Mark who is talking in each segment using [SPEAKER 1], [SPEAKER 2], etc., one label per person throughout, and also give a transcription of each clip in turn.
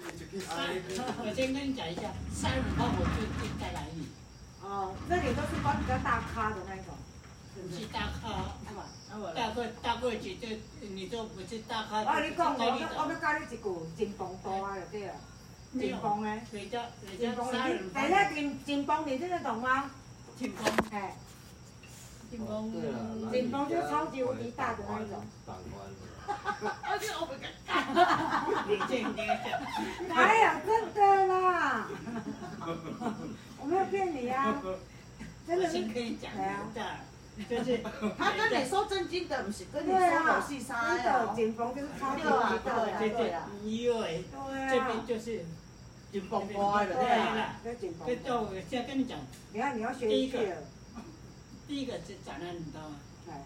[SPEAKER 1] 我先跟你讲一下，三五号我就定在哪里，
[SPEAKER 2] 哦，这里都是帮比较大咖的那种，是不
[SPEAKER 1] 不
[SPEAKER 2] 是
[SPEAKER 1] 是？大咖，大哥大哥姐姐，你都不是大咖，
[SPEAKER 2] 我跟你讲，我
[SPEAKER 1] 在你
[SPEAKER 2] 我要教你一句真棒多啊，就对了，真棒诶，
[SPEAKER 1] 人家人
[SPEAKER 2] 真
[SPEAKER 1] 家
[SPEAKER 2] 棒
[SPEAKER 1] 杀
[SPEAKER 2] 你
[SPEAKER 1] 人，
[SPEAKER 2] 等一下真真棒你听得懂吗？
[SPEAKER 1] 挺高
[SPEAKER 2] 哎，
[SPEAKER 1] 挺高，
[SPEAKER 2] 紧绷就是超级无敌大的那种。
[SPEAKER 3] 反光
[SPEAKER 1] 而且我们你这你这，
[SPEAKER 2] 哎呀，真的啦， 我没有骗你啊，真
[SPEAKER 1] 我
[SPEAKER 2] 的
[SPEAKER 1] 先
[SPEAKER 2] 是，
[SPEAKER 1] 跟你讲一下，就是
[SPEAKER 4] 他跟你说正经的，不是跟你说口是啥
[SPEAKER 2] 啊真的
[SPEAKER 4] 呀？
[SPEAKER 2] 紧绷就是超级无敌大的，
[SPEAKER 1] 对啊
[SPEAKER 2] 对
[SPEAKER 1] 对，因为这
[SPEAKER 2] 啊
[SPEAKER 1] 边，就是
[SPEAKER 4] 真棒乖的，
[SPEAKER 2] 对
[SPEAKER 4] 对啊。
[SPEAKER 2] 啊，这紧绷
[SPEAKER 1] 这。到我现在跟你讲，
[SPEAKER 2] 你看你要学一句了，
[SPEAKER 1] 第一个是展览，你知道吗？
[SPEAKER 2] 哎，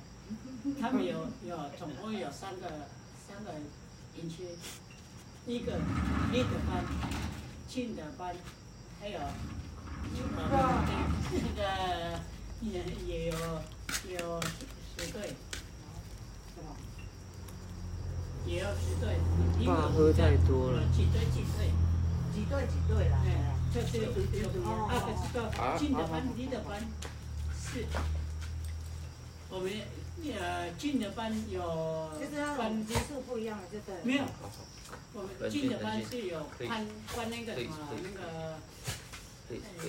[SPEAKER 1] 他们有有总共有三个三个营区，一个绿的班、青的班，还有我们这这个也也有有十队，
[SPEAKER 2] 是吧？
[SPEAKER 1] 也有十队，一
[SPEAKER 5] 爸
[SPEAKER 1] 个
[SPEAKER 5] 喝太多了，
[SPEAKER 1] 几队几队，
[SPEAKER 4] 几对几对啦，
[SPEAKER 1] 哎，就是有有二个是到青的班、绿的班是。我们呃，进的班有
[SPEAKER 2] 就是那
[SPEAKER 1] 班
[SPEAKER 2] 种级数不一样的，就对了。
[SPEAKER 1] 没有，我们进的班是有关关那个什么那个，
[SPEAKER 5] 对对，
[SPEAKER 1] 呃，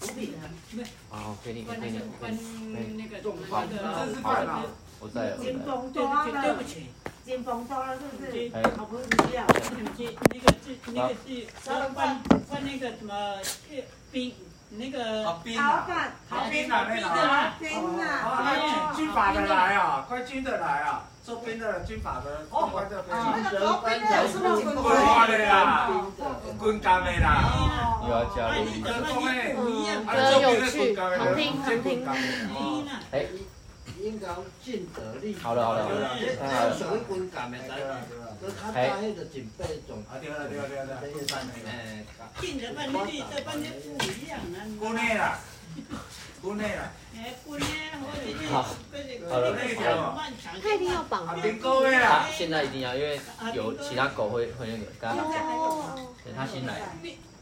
[SPEAKER 4] 五饼啊，
[SPEAKER 1] 没有
[SPEAKER 5] 好，给你，给
[SPEAKER 1] 关那
[SPEAKER 5] 你
[SPEAKER 1] 个，关那个什么
[SPEAKER 5] 好
[SPEAKER 1] 那个，
[SPEAKER 5] 好，我在，我
[SPEAKER 2] 紧
[SPEAKER 5] 在，
[SPEAKER 2] 绷
[SPEAKER 1] 对
[SPEAKER 2] 多
[SPEAKER 1] 不起，对
[SPEAKER 2] 了
[SPEAKER 1] 不，起，
[SPEAKER 2] 紧绷多了是不是？
[SPEAKER 5] 哎，
[SPEAKER 2] 好不容易啊，
[SPEAKER 1] 对不起，那个是那个是关关那个什么兵那个
[SPEAKER 6] 啊，兵
[SPEAKER 2] 好
[SPEAKER 6] 啊，
[SPEAKER 2] 干，
[SPEAKER 6] 好
[SPEAKER 2] 好
[SPEAKER 6] 兵啊，那
[SPEAKER 1] 兵
[SPEAKER 6] 个啊，
[SPEAKER 1] 啊，
[SPEAKER 2] 真呐，
[SPEAKER 6] 啊，
[SPEAKER 4] 哦
[SPEAKER 6] 军法的来啊，快军的来啊，做兵的军法的，哦，快这边，
[SPEAKER 4] 那个高跟的是不是
[SPEAKER 6] 军法的啦，军干的啦，
[SPEAKER 5] 又
[SPEAKER 1] 哦
[SPEAKER 5] 要加入一
[SPEAKER 6] 跟
[SPEAKER 5] 个，
[SPEAKER 6] 讲诶，
[SPEAKER 1] 不一样，
[SPEAKER 6] 啊，做兵的军干的，军干的，
[SPEAKER 1] 呢，
[SPEAKER 5] 哎，
[SPEAKER 3] 应该尽得力。
[SPEAKER 5] 好了好了
[SPEAKER 6] 好了
[SPEAKER 3] 啊，属于军感的，
[SPEAKER 6] 对
[SPEAKER 3] 咱
[SPEAKER 6] 啦对啦，
[SPEAKER 3] 佮较早迄个准备种。
[SPEAKER 6] 啊对啦对啦对啦，军干的，
[SPEAKER 3] 哎，
[SPEAKER 1] 进的班那里这班就不一样了，
[SPEAKER 6] 军内啦，军内啦，
[SPEAKER 1] 哎，姑娘，我这是
[SPEAKER 7] 他一定要绑
[SPEAKER 6] 啊
[SPEAKER 7] 吗？
[SPEAKER 6] 兵哥的啦
[SPEAKER 5] 他，现在一定要，因为有其他狗会会那个，跟他讲，
[SPEAKER 7] 哦，
[SPEAKER 5] 对他新来，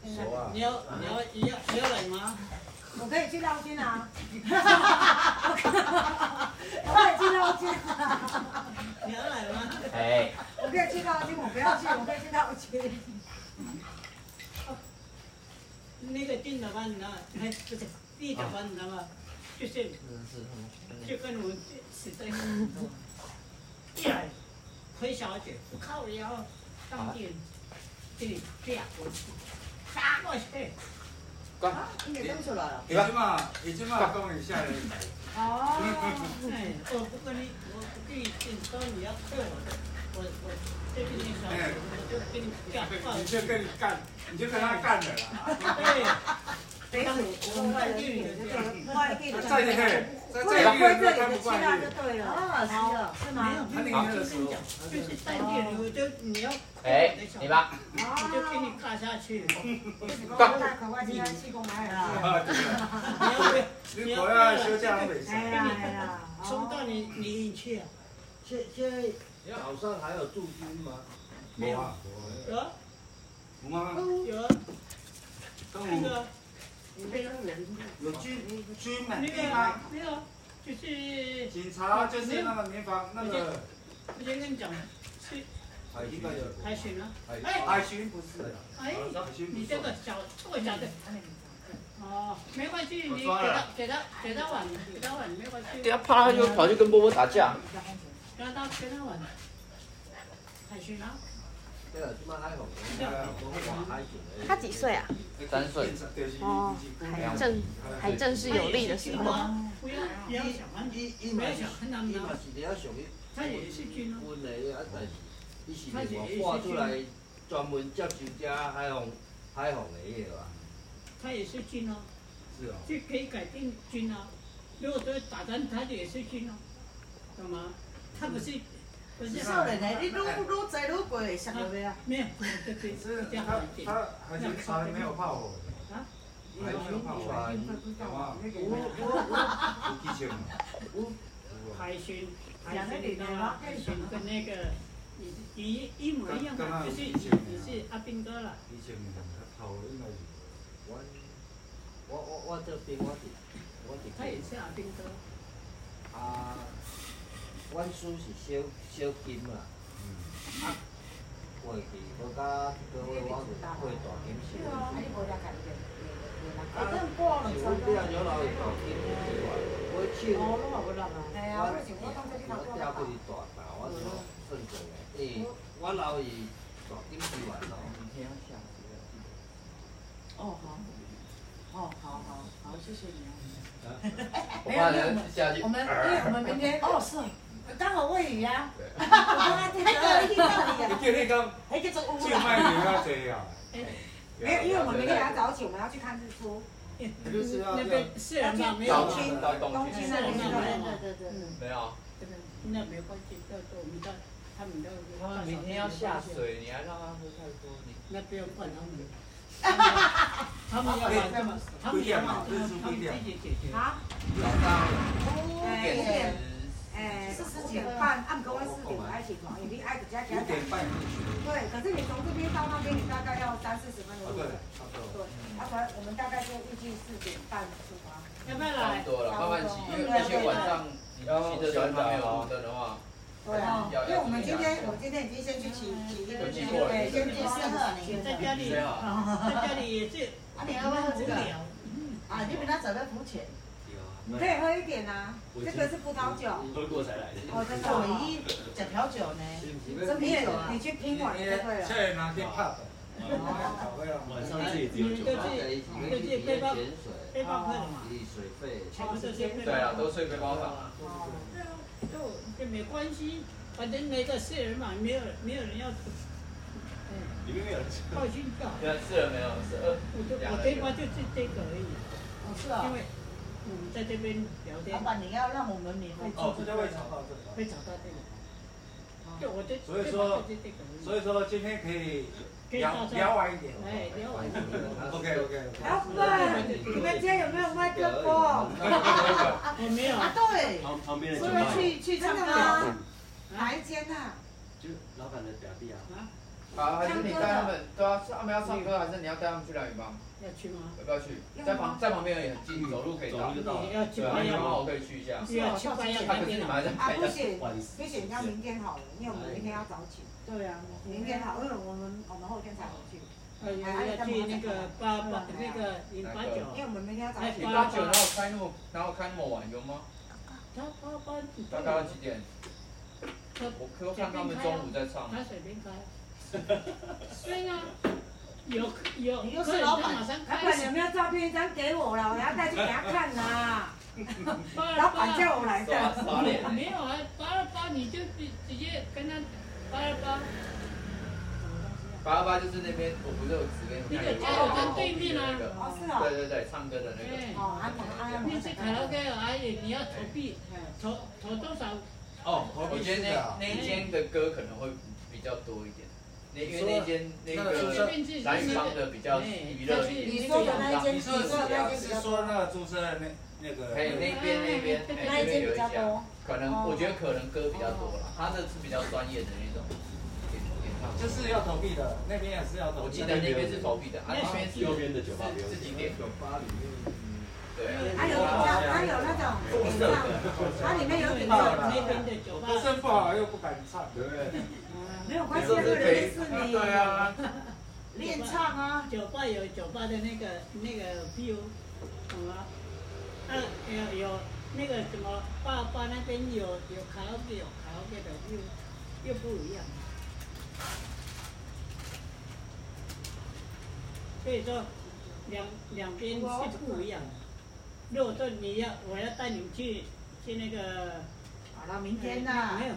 [SPEAKER 6] 熟啊
[SPEAKER 1] 你，要你要你要你要来吗？
[SPEAKER 2] 我可以去绕军啊，我可以去绕军，
[SPEAKER 1] 你要来吗？
[SPEAKER 5] 哎，
[SPEAKER 2] 我可以去绕军，我不要去，我可以去绕军。
[SPEAKER 1] 那个进的班呢，还不是地的班，你知道吗？就是就跟我死在一来，回小姐靠腰当店，对这样过去，杀过去，
[SPEAKER 2] 哦
[SPEAKER 4] 应该弄出来了。
[SPEAKER 6] 伊即嘛伊即嘛讲一下咧。
[SPEAKER 2] 哦，
[SPEAKER 1] 哎，我不跟你，我不跟你进，说你要退我的，我我这边那小姐，我就跟你干放
[SPEAKER 6] 你就跟你干，你就跟他干的啦。
[SPEAKER 1] 对。
[SPEAKER 2] 北水国外的点就是外地的，
[SPEAKER 6] 在这里，在
[SPEAKER 2] 不
[SPEAKER 6] 这
[SPEAKER 2] 能
[SPEAKER 6] 里
[SPEAKER 2] 归
[SPEAKER 6] 人
[SPEAKER 2] 这
[SPEAKER 6] 都看
[SPEAKER 2] 里的
[SPEAKER 6] 不
[SPEAKER 2] 去那
[SPEAKER 6] 惯你
[SPEAKER 2] 就。对了，
[SPEAKER 4] 啊，是啊，
[SPEAKER 2] 哦是
[SPEAKER 1] 没有
[SPEAKER 2] 吗？，
[SPEAKER 6] 他那
[SPEAKER 1] 我
[SPEAKER 6] 个
[SPEAKER 1] 就
[SPEAKER 6] 的
[SPEAKER 1] 是
[SPEAKER 6] 时候
[SPEAKER 1] 跟你讲，，就是在店里，我就你要，
[SPEAKER 5] 哎，你吧，
[SPEAKER 1] 我就给
[SPEAKER 2] 哦
[SPEAKER 1] 你。尬下去。
[SPEAKER 2] 大口外今天去购买了，
[SPEAKER 6] 啊，对啦，
[SPEAKER 1] 你要给
[SPEAKER 6] 你不要休假拢袂
[SPEAKER 2] 哎
[SPEAKER 6] 使。
[SPEAKER 2] 呀哎呀，
[SPEAKER 1] 冲到你你里去啊？
[SPEAKER 3] 现现在早上还有驻军吗？
[SPEAKER 6] 没有啊，
[SPEAKER 1] 有啊
[SPEAKER 6] 有吗？
[SPEAKER 1] 有啊，
[SPEAKER 6] 都
[SPEAKER 1] 那
[SPEAKER 6] 有
[SPEAKER 1] 个
[SPEAKER 6] 有军军
[SPEAKER 1] 那
[SPEAKER 6] 满地
[SPEAKER 1] 个
[SPEAKER 6] 吗？
[SPEAKER 1] 没有，就是
[SPEAKER 6] 警察就是那个民防那个
[SPEAKER 1] 我先跟你讲，是
[SPEAKER 3] 啊，应该有。
[SPEAKER 1] 海巡啊。
[SPEAKER 6] 海巡不是，
[SPEAKER 1] 哎，
[SPEAKER 6] 海巡不
[SPEAKER 1] 你这
[SPEAKER 6] 是。
[SPEAKER 1] 个小这个小的。哦，没关系，你给他给他给他碗，给他碗没关系。
[SPEAKER 5] 等下怕他就跑去跟波波打架，
[SPEAKER 1] 让他给他碗。海巡啊，
[SPEAKER 3] 对了，即马还好，我还准
[SPEAKER 7] 他几岁啊？
[SPEAKER 6] 哦，
[SPEAKER 7] 还正还正是有力的时候。
[SPEAKER 1] 不要不要想啊，
[SPEAKER 3] 伊伊嘛是，伊嘛是了属于
[SPEAKER 1] 他也是军啊。
[SPEAKER 3] 阮的啊，但是伊是另外画出来专门接受遮海防海防的迄个啊。
[SPEAKER 1] 他也是军哦，
[SPEAKER 6] 是哦，
[SPEAKER 1] 就可以改变军哦。如果说打仗，他也是军哦，懂吗？他不是不是
[SPEAKER 4] 少年的，你愈愈在愈过，想到未啊？
[SPEAKER 1] 没有，对对，
[SPEAKER 6] 是
[SPEAKER 1] 这样
[SPEAKER 6] 他
[SPEAKER 1] 好一点。
[SPEAKER 6] 他海巡查没有怕我，海巡没有怕我，有吗？
[SPEAKER 3] 我我
[SPEAKER 6] 有激情吗？
[SPEAKER 1] 海巡，海
[SPEAKER 2] 两个
[SPEAKER 1] 巡
[SPEAKER 2] 女的
[SPEAKER 1] 啊，海巡跟那个你你一模一样啊，就是你是阿兵哥啦，
[SPEAKER 6] 以前頭應該
[SPEAKER 8] 我我我我这边我是我是
[SPEAKER 1] 他也是阿兵哥。
[SPEAKER 8] 啊，阮叔是小小金啦，啊，过去无甲一个月我就过大金是，
[SPEAKER 7] 哎，等过了，
[SPEAKER 8] 是阮爹娘老是大金是外，我手
[SPEAKER 7] 哦，拢也无人啊。哎呀，
[SPEAKER 8] 我
[SPEAKER 7] 我就是我当初去
[SPEAKER 8] 我爹不是大大，我是算做诶，诶，我老是大金是外咯，
[SPEAKER 7] 哦，好，哦，好好好，谢谢你啊。
[SPEAKER 5] 我怕人下去
[SPEAKER 7] 我。们，因为我们明天，哦，是，刚好喂鱼啊。我刚刚听到你
[SPEAKER 6] 你叫你讲
[SPEAKER 7] 哎，这种
[SPEAKER 6] 叫卖你那济啊？
[SPEAKER 2] 没有，因为我们明天还要早起，我们要去看日出。
[SPEAKER 8] 就是要
[SPEAKER 1] 那边是人吗？没有
[SPEAKER 5] 早
[SPEAKER 1] 吗？
[SPEAKER 5] 清到冬
[SPEAKER 2] 东
[SPEAKER 5] 天
[SPEAKER 2] 京那边
[SPEAKER 1] 对对
[SPEAKER 2] 的，
[SPEAKER 7] 对对。
[SPEAKER 5] 没有，
[SPEAKER 1] 这边那没关系，要做我们到他们到。
[SPEAKER 5] 他们啊明天要下。水，你还让他喝太多，你
[SPEAKER 1] 那不用管他 们。他们要玩他们，他们要玩他们自己解决。
[SPEAKER 2] 好，
[SPEAKER 8] 老大，
[SPEAKER 2] 哎，五点，哎，
[SPEAKER 7] 四十
[SPEAKER 2] 四
[SPEAKER 7] 几
[SPEAKER 2] 点
[SPEAKER 7] 分啊
[SPEAKER 2] 半，按哥会四点我爱起床，也你爱在家给他
[SPEAKER 6] 五点半就去。
[SPEAKER 2] 对，可是你从这边到那边，你大概要三四十分
[SPEAKER 6] 哦，
[SPEAKER 2] 钟。
[SPEAKER 6] 对
[SPEAKER 2] 啊对
[SPEAKER 6] 了，，差不多。
[SPEAKER 2] 要不然我们大概就预计四点半出发。
[SPEAKER 1] 要不要
[SPEAKER 5] 差
[SPEAKER 1] 来
[SPEAKER 5] 不？多了，慢慢骑，因为而且晚上你骑的时候他没有路灯的哦话，
[SPEAKER 2] 对啊，因为我们今天我们今天已经先去骑骑那个，对，先去
[SPEAKER 7] 嗯
[SPEAKER 2] 试
[SPEAKER 1] 在家里，
[SPEAKER 5] 最好。
[SPEAKER 1] 在家里也是
[SPEAKER 7] 啊，你要不要喝这
[SPEAKER 1] 无
[SPEAKER 7] 个？
[SPEAKER 1] 聊。
[SPEAKER 7] 啊，你比他早在浮潜。
[SPEAKER 2] 你可以喝一点啊，这个是葡萄酒，
[SPEAKER 5] 喝过才来的。
[SPEAKER 2] 哦，真的
[SPEAKER 7] 我
[SPEAKER 2] 哦，
[SPEAKER 7] 一讲调酒呢，
[SPEAKER 8] 是不是要
[SPEAKER 2] 你
[SPEAKER 7] 真啤
[SPEAKER 2] 也
[SPEAKER 7] 酒啊
[SPEAKER 2] 你。去拼完就对了。
[SPEAKER 6] 这哪天拍的？
[SPEAKER 1] 啊
[SPEAKER 5] 晚
[SPEAKER 1] 上自己只有
[SPEAKER 5] 有
[SPEAKER 1] 酒
[SPEAKER 5] 酒
[SPEAKER 1] 吧
[SPEAKER 5] 吧。
[SPEAKER 8] 在一起去体验潜水，
[SPEAKER 1] 背包客的嘛，
[SPEAKER 8] 以水费。
[SPEAKER 1] 全部都是背包客。
[SPEAKER 5] 对啊，都睡背包房。
[SPEAKER 7] 哦
[SPEAKER 1] 对啊，就这没关系，反正那个四人嘛，没有没有人要，嗯，
[SPEAKER 6] 里面没有人。
[SPEAKER 1] 靠近就好。
[SPEAKER 5] 对啊，四呃人没有，是二。
[SPEAKER 1] 我就我这一关就是这个而已，
[SPEAKER 7] 哦，是
[SPEAKER 1] 因
[SPEAKER 7] 啊。
[SPEAKER 1] 为我们在这边聊
[SPEAKER 7] 老
[SPEAKER 1] 天
[SPEAKER 7] 板，你要让我们明白。
[SPEAKER 6] 哦，这就会找到这个。
[SPEAKER 1] 会找到这个，就我这
[SPEAKER 6] 所以说
[SPEAKER 1] 就是这个而已，
[SPEAKER 6] 所以说今天可以
[SPEAKER 1] 可以
[SPEAKER 6] 聊
[SPEAKER 1] 照
[SPEAKER 6] 聊晚一点。
[SPEAKER 1] 哎聊完了，
[SPEAKER 6] OK OK OK。
[SPEAKER 2] 老板，你们家有没有麦克风？
[SPEAKER 1] 我没有
[SPEAKER 7] 啊，对，
[SPEAKER 3] 旁旁边的
[SPEAKER 7] 是
[SPEAKER 3] 酒
[SPEAKER 7] 不是
[SPEAKER 3] 吧，
[SPEAKER 7] 去去唱
[SPEAKER 2] 真的
[SPEAKER 7] 歌？
[SPEAKER 2] 吗？哪一间呐？
[SPEAKER 3] 就老板的表弟啊，
[SPEAKER 1] 啊，
[SPEAKER 5] 好，还是你带他们，对啊，是他们要唱歌，还是你要带他们去聊云吧？
[SPEAKER 1] 要去吗？
[SPEAKER 5] 要不要去？在旁在旁边而已，很近，走路可以
[SPEAKER 3] 走
[SPEAKER 5] 到
[SPEAKER 3] 路就。到
[SPEAKER 1] 你要
[SPEAKER 3] 了。
[SPEAKER 1] 去
[SPEAKER 5] 对
[SPEAKER 1] 八
[SPEAKER 5] 啊，你
[SPEAKER 1] 幺
[SPEAKER 5] 刚好
[SPEAKER 1] 吗？
[SPEAKER 5] 可以去一下。
[SPEAKER 1] 你要去八幺
[SPEAKER 5] 他
[SPEAKER 1] 那
[SPEAKER 5] 可是
[SPEAKER 1] 边
[SPEAKER 5] 你们哎
[SPEAKER 1] 啊？
[SPEAKER 5] 还在
[SPEAKER 2] 啊，
[SPEAKER 5] 拍
[SPEAKER 2] 不
[SPEAKER 5] 照。
[SPEAKER 2] 行，
[SPEAKER 3] 晚
[SPEAKER 2] 不行，要明天好了，因为我们明天要早起，
[SPEAKER 1] 对啊，
[SPEAKER 2] 明天好，因为我们我们后天才回去，
[SPEAKER 1] 呃，要去那个八八那个零八九
[SPEAKER 2] 因，为我们明天要早起
[SPEAKER 5] 你。八九然后开那么然后开那么晚有吗？
[SPEAKER 1] 他八八
[SPEAKER 5] 大概要几点？
[SPEAKER 1] 嗯
[SPEAKER 5] 我可看他们中午在唱。
[SPEAKER 1] 他随便开，对啊，有有，
[SPEAKER 7] 你又是老板
[SPEAKER 1] 马上
[SPEAKER 2] 老
[SPEAKER 1] 开
[SPEAKER 2] 板
[SPEAKER 1] 始
[SPEAKER 2] 有没有照片一张给我啦？我要带去给他看啦。
[SPEAKER 1] 八
[SPEAKER 2] 老
[SPEAKER 1] 二
[SPEAKER 2] 板
[SPEAKER 1] 八，
[SPEAKER 2] 叫我来
[SPEAKER 5] 耍
[SPEAKER 2] 的。
[SPEAKER 5] 耍脸。
[SPEAKER 1] 没有啊，八二八你就直直接跟他八二八，
[SPEAKER 5] 八八八就是那边，我不是有指给你看
[SPEAKER 1] 那个加油站对面啊
[SPEAKER 2] 哦，是
[SPEAKER 5] 对
[SPEAKER 2] 哦。
[SPEAKER 5] 对对，唱歌的那个。
[SPEAKER 1] 哎，
[SPEAKER 7] 哦，安排安排。
[SPEAKER 1] 你是卡拉 OK 的阿姨，你要投币，投投多少？
[SPEAKER 6] 哦，我
[SPEAKER 5] 我觉得那那一间的歌可能会比较多一点，那因为那间那
[SPEAKER 1] 随
[SPEAKER 5] 个
[SPEAKER 1] 便去
[SPEAKER 5] 蓝宇康的比较娱乐一点。
[SPEAKER 2] 你说的那一间，
[SPEAKER 6] 你
[SPEAKER 2] 你
[SPEAKER 6] 说
[SPEAKER 2] 说
[SPEAKER 6] 是
[SPEAKER 2] 的那间比
[SPEAKER 6] 是
[SPEAKER 2] 较
[SPEAKER 6] 说
[SPEAKER 2] 多。
[SPEAKER 6] 那个主持人那那个
[SPEAKER 5] 还有那边那边那边有一家，可能我觉得可能歌比较多了，他的是比较专业的那种演演唱。
[SPEAKER 6] 就是要投币的，那边也是要投
[SPEAKER 5] 我
[SPEAKER 6] 币
[SPEAKER 5] 记。得那边是投币的，啊那边是
[SPEAKER 3] 右边的酒吧不用
[SPEAKER 5] 自己点
[SPEAKER 8] 酒吧里面，
[SPEAKER 5] 对啊。
[SPEAKER 2] 还有像还有那种顶上，它里面有顶
[SPEAKER 1] 到
[SPEAKER 2] 上，
[SPEAKER 1] 那边的酒吧，
[SPEAKER 6] 歌声不好又不敢唱，对不对？
[SPEAKER 2] 没有关系，那个人认识你。
[SPEAKER 5] 对啊，
[SPEAKER 7] 练唱啊，
[SPEAKER 1] 酒吧有酒吧的那个那个 view，懂吗？嗯，有有那个什么爸爸那边有有卡拉 OK 有卡拉 OK 的 view，又不一样。所以说两两边是不一样的。如果说你要我要带你们去去那个
[SPEAKER 7] 好了，明天呐
[SPEAKER 1] 没，有，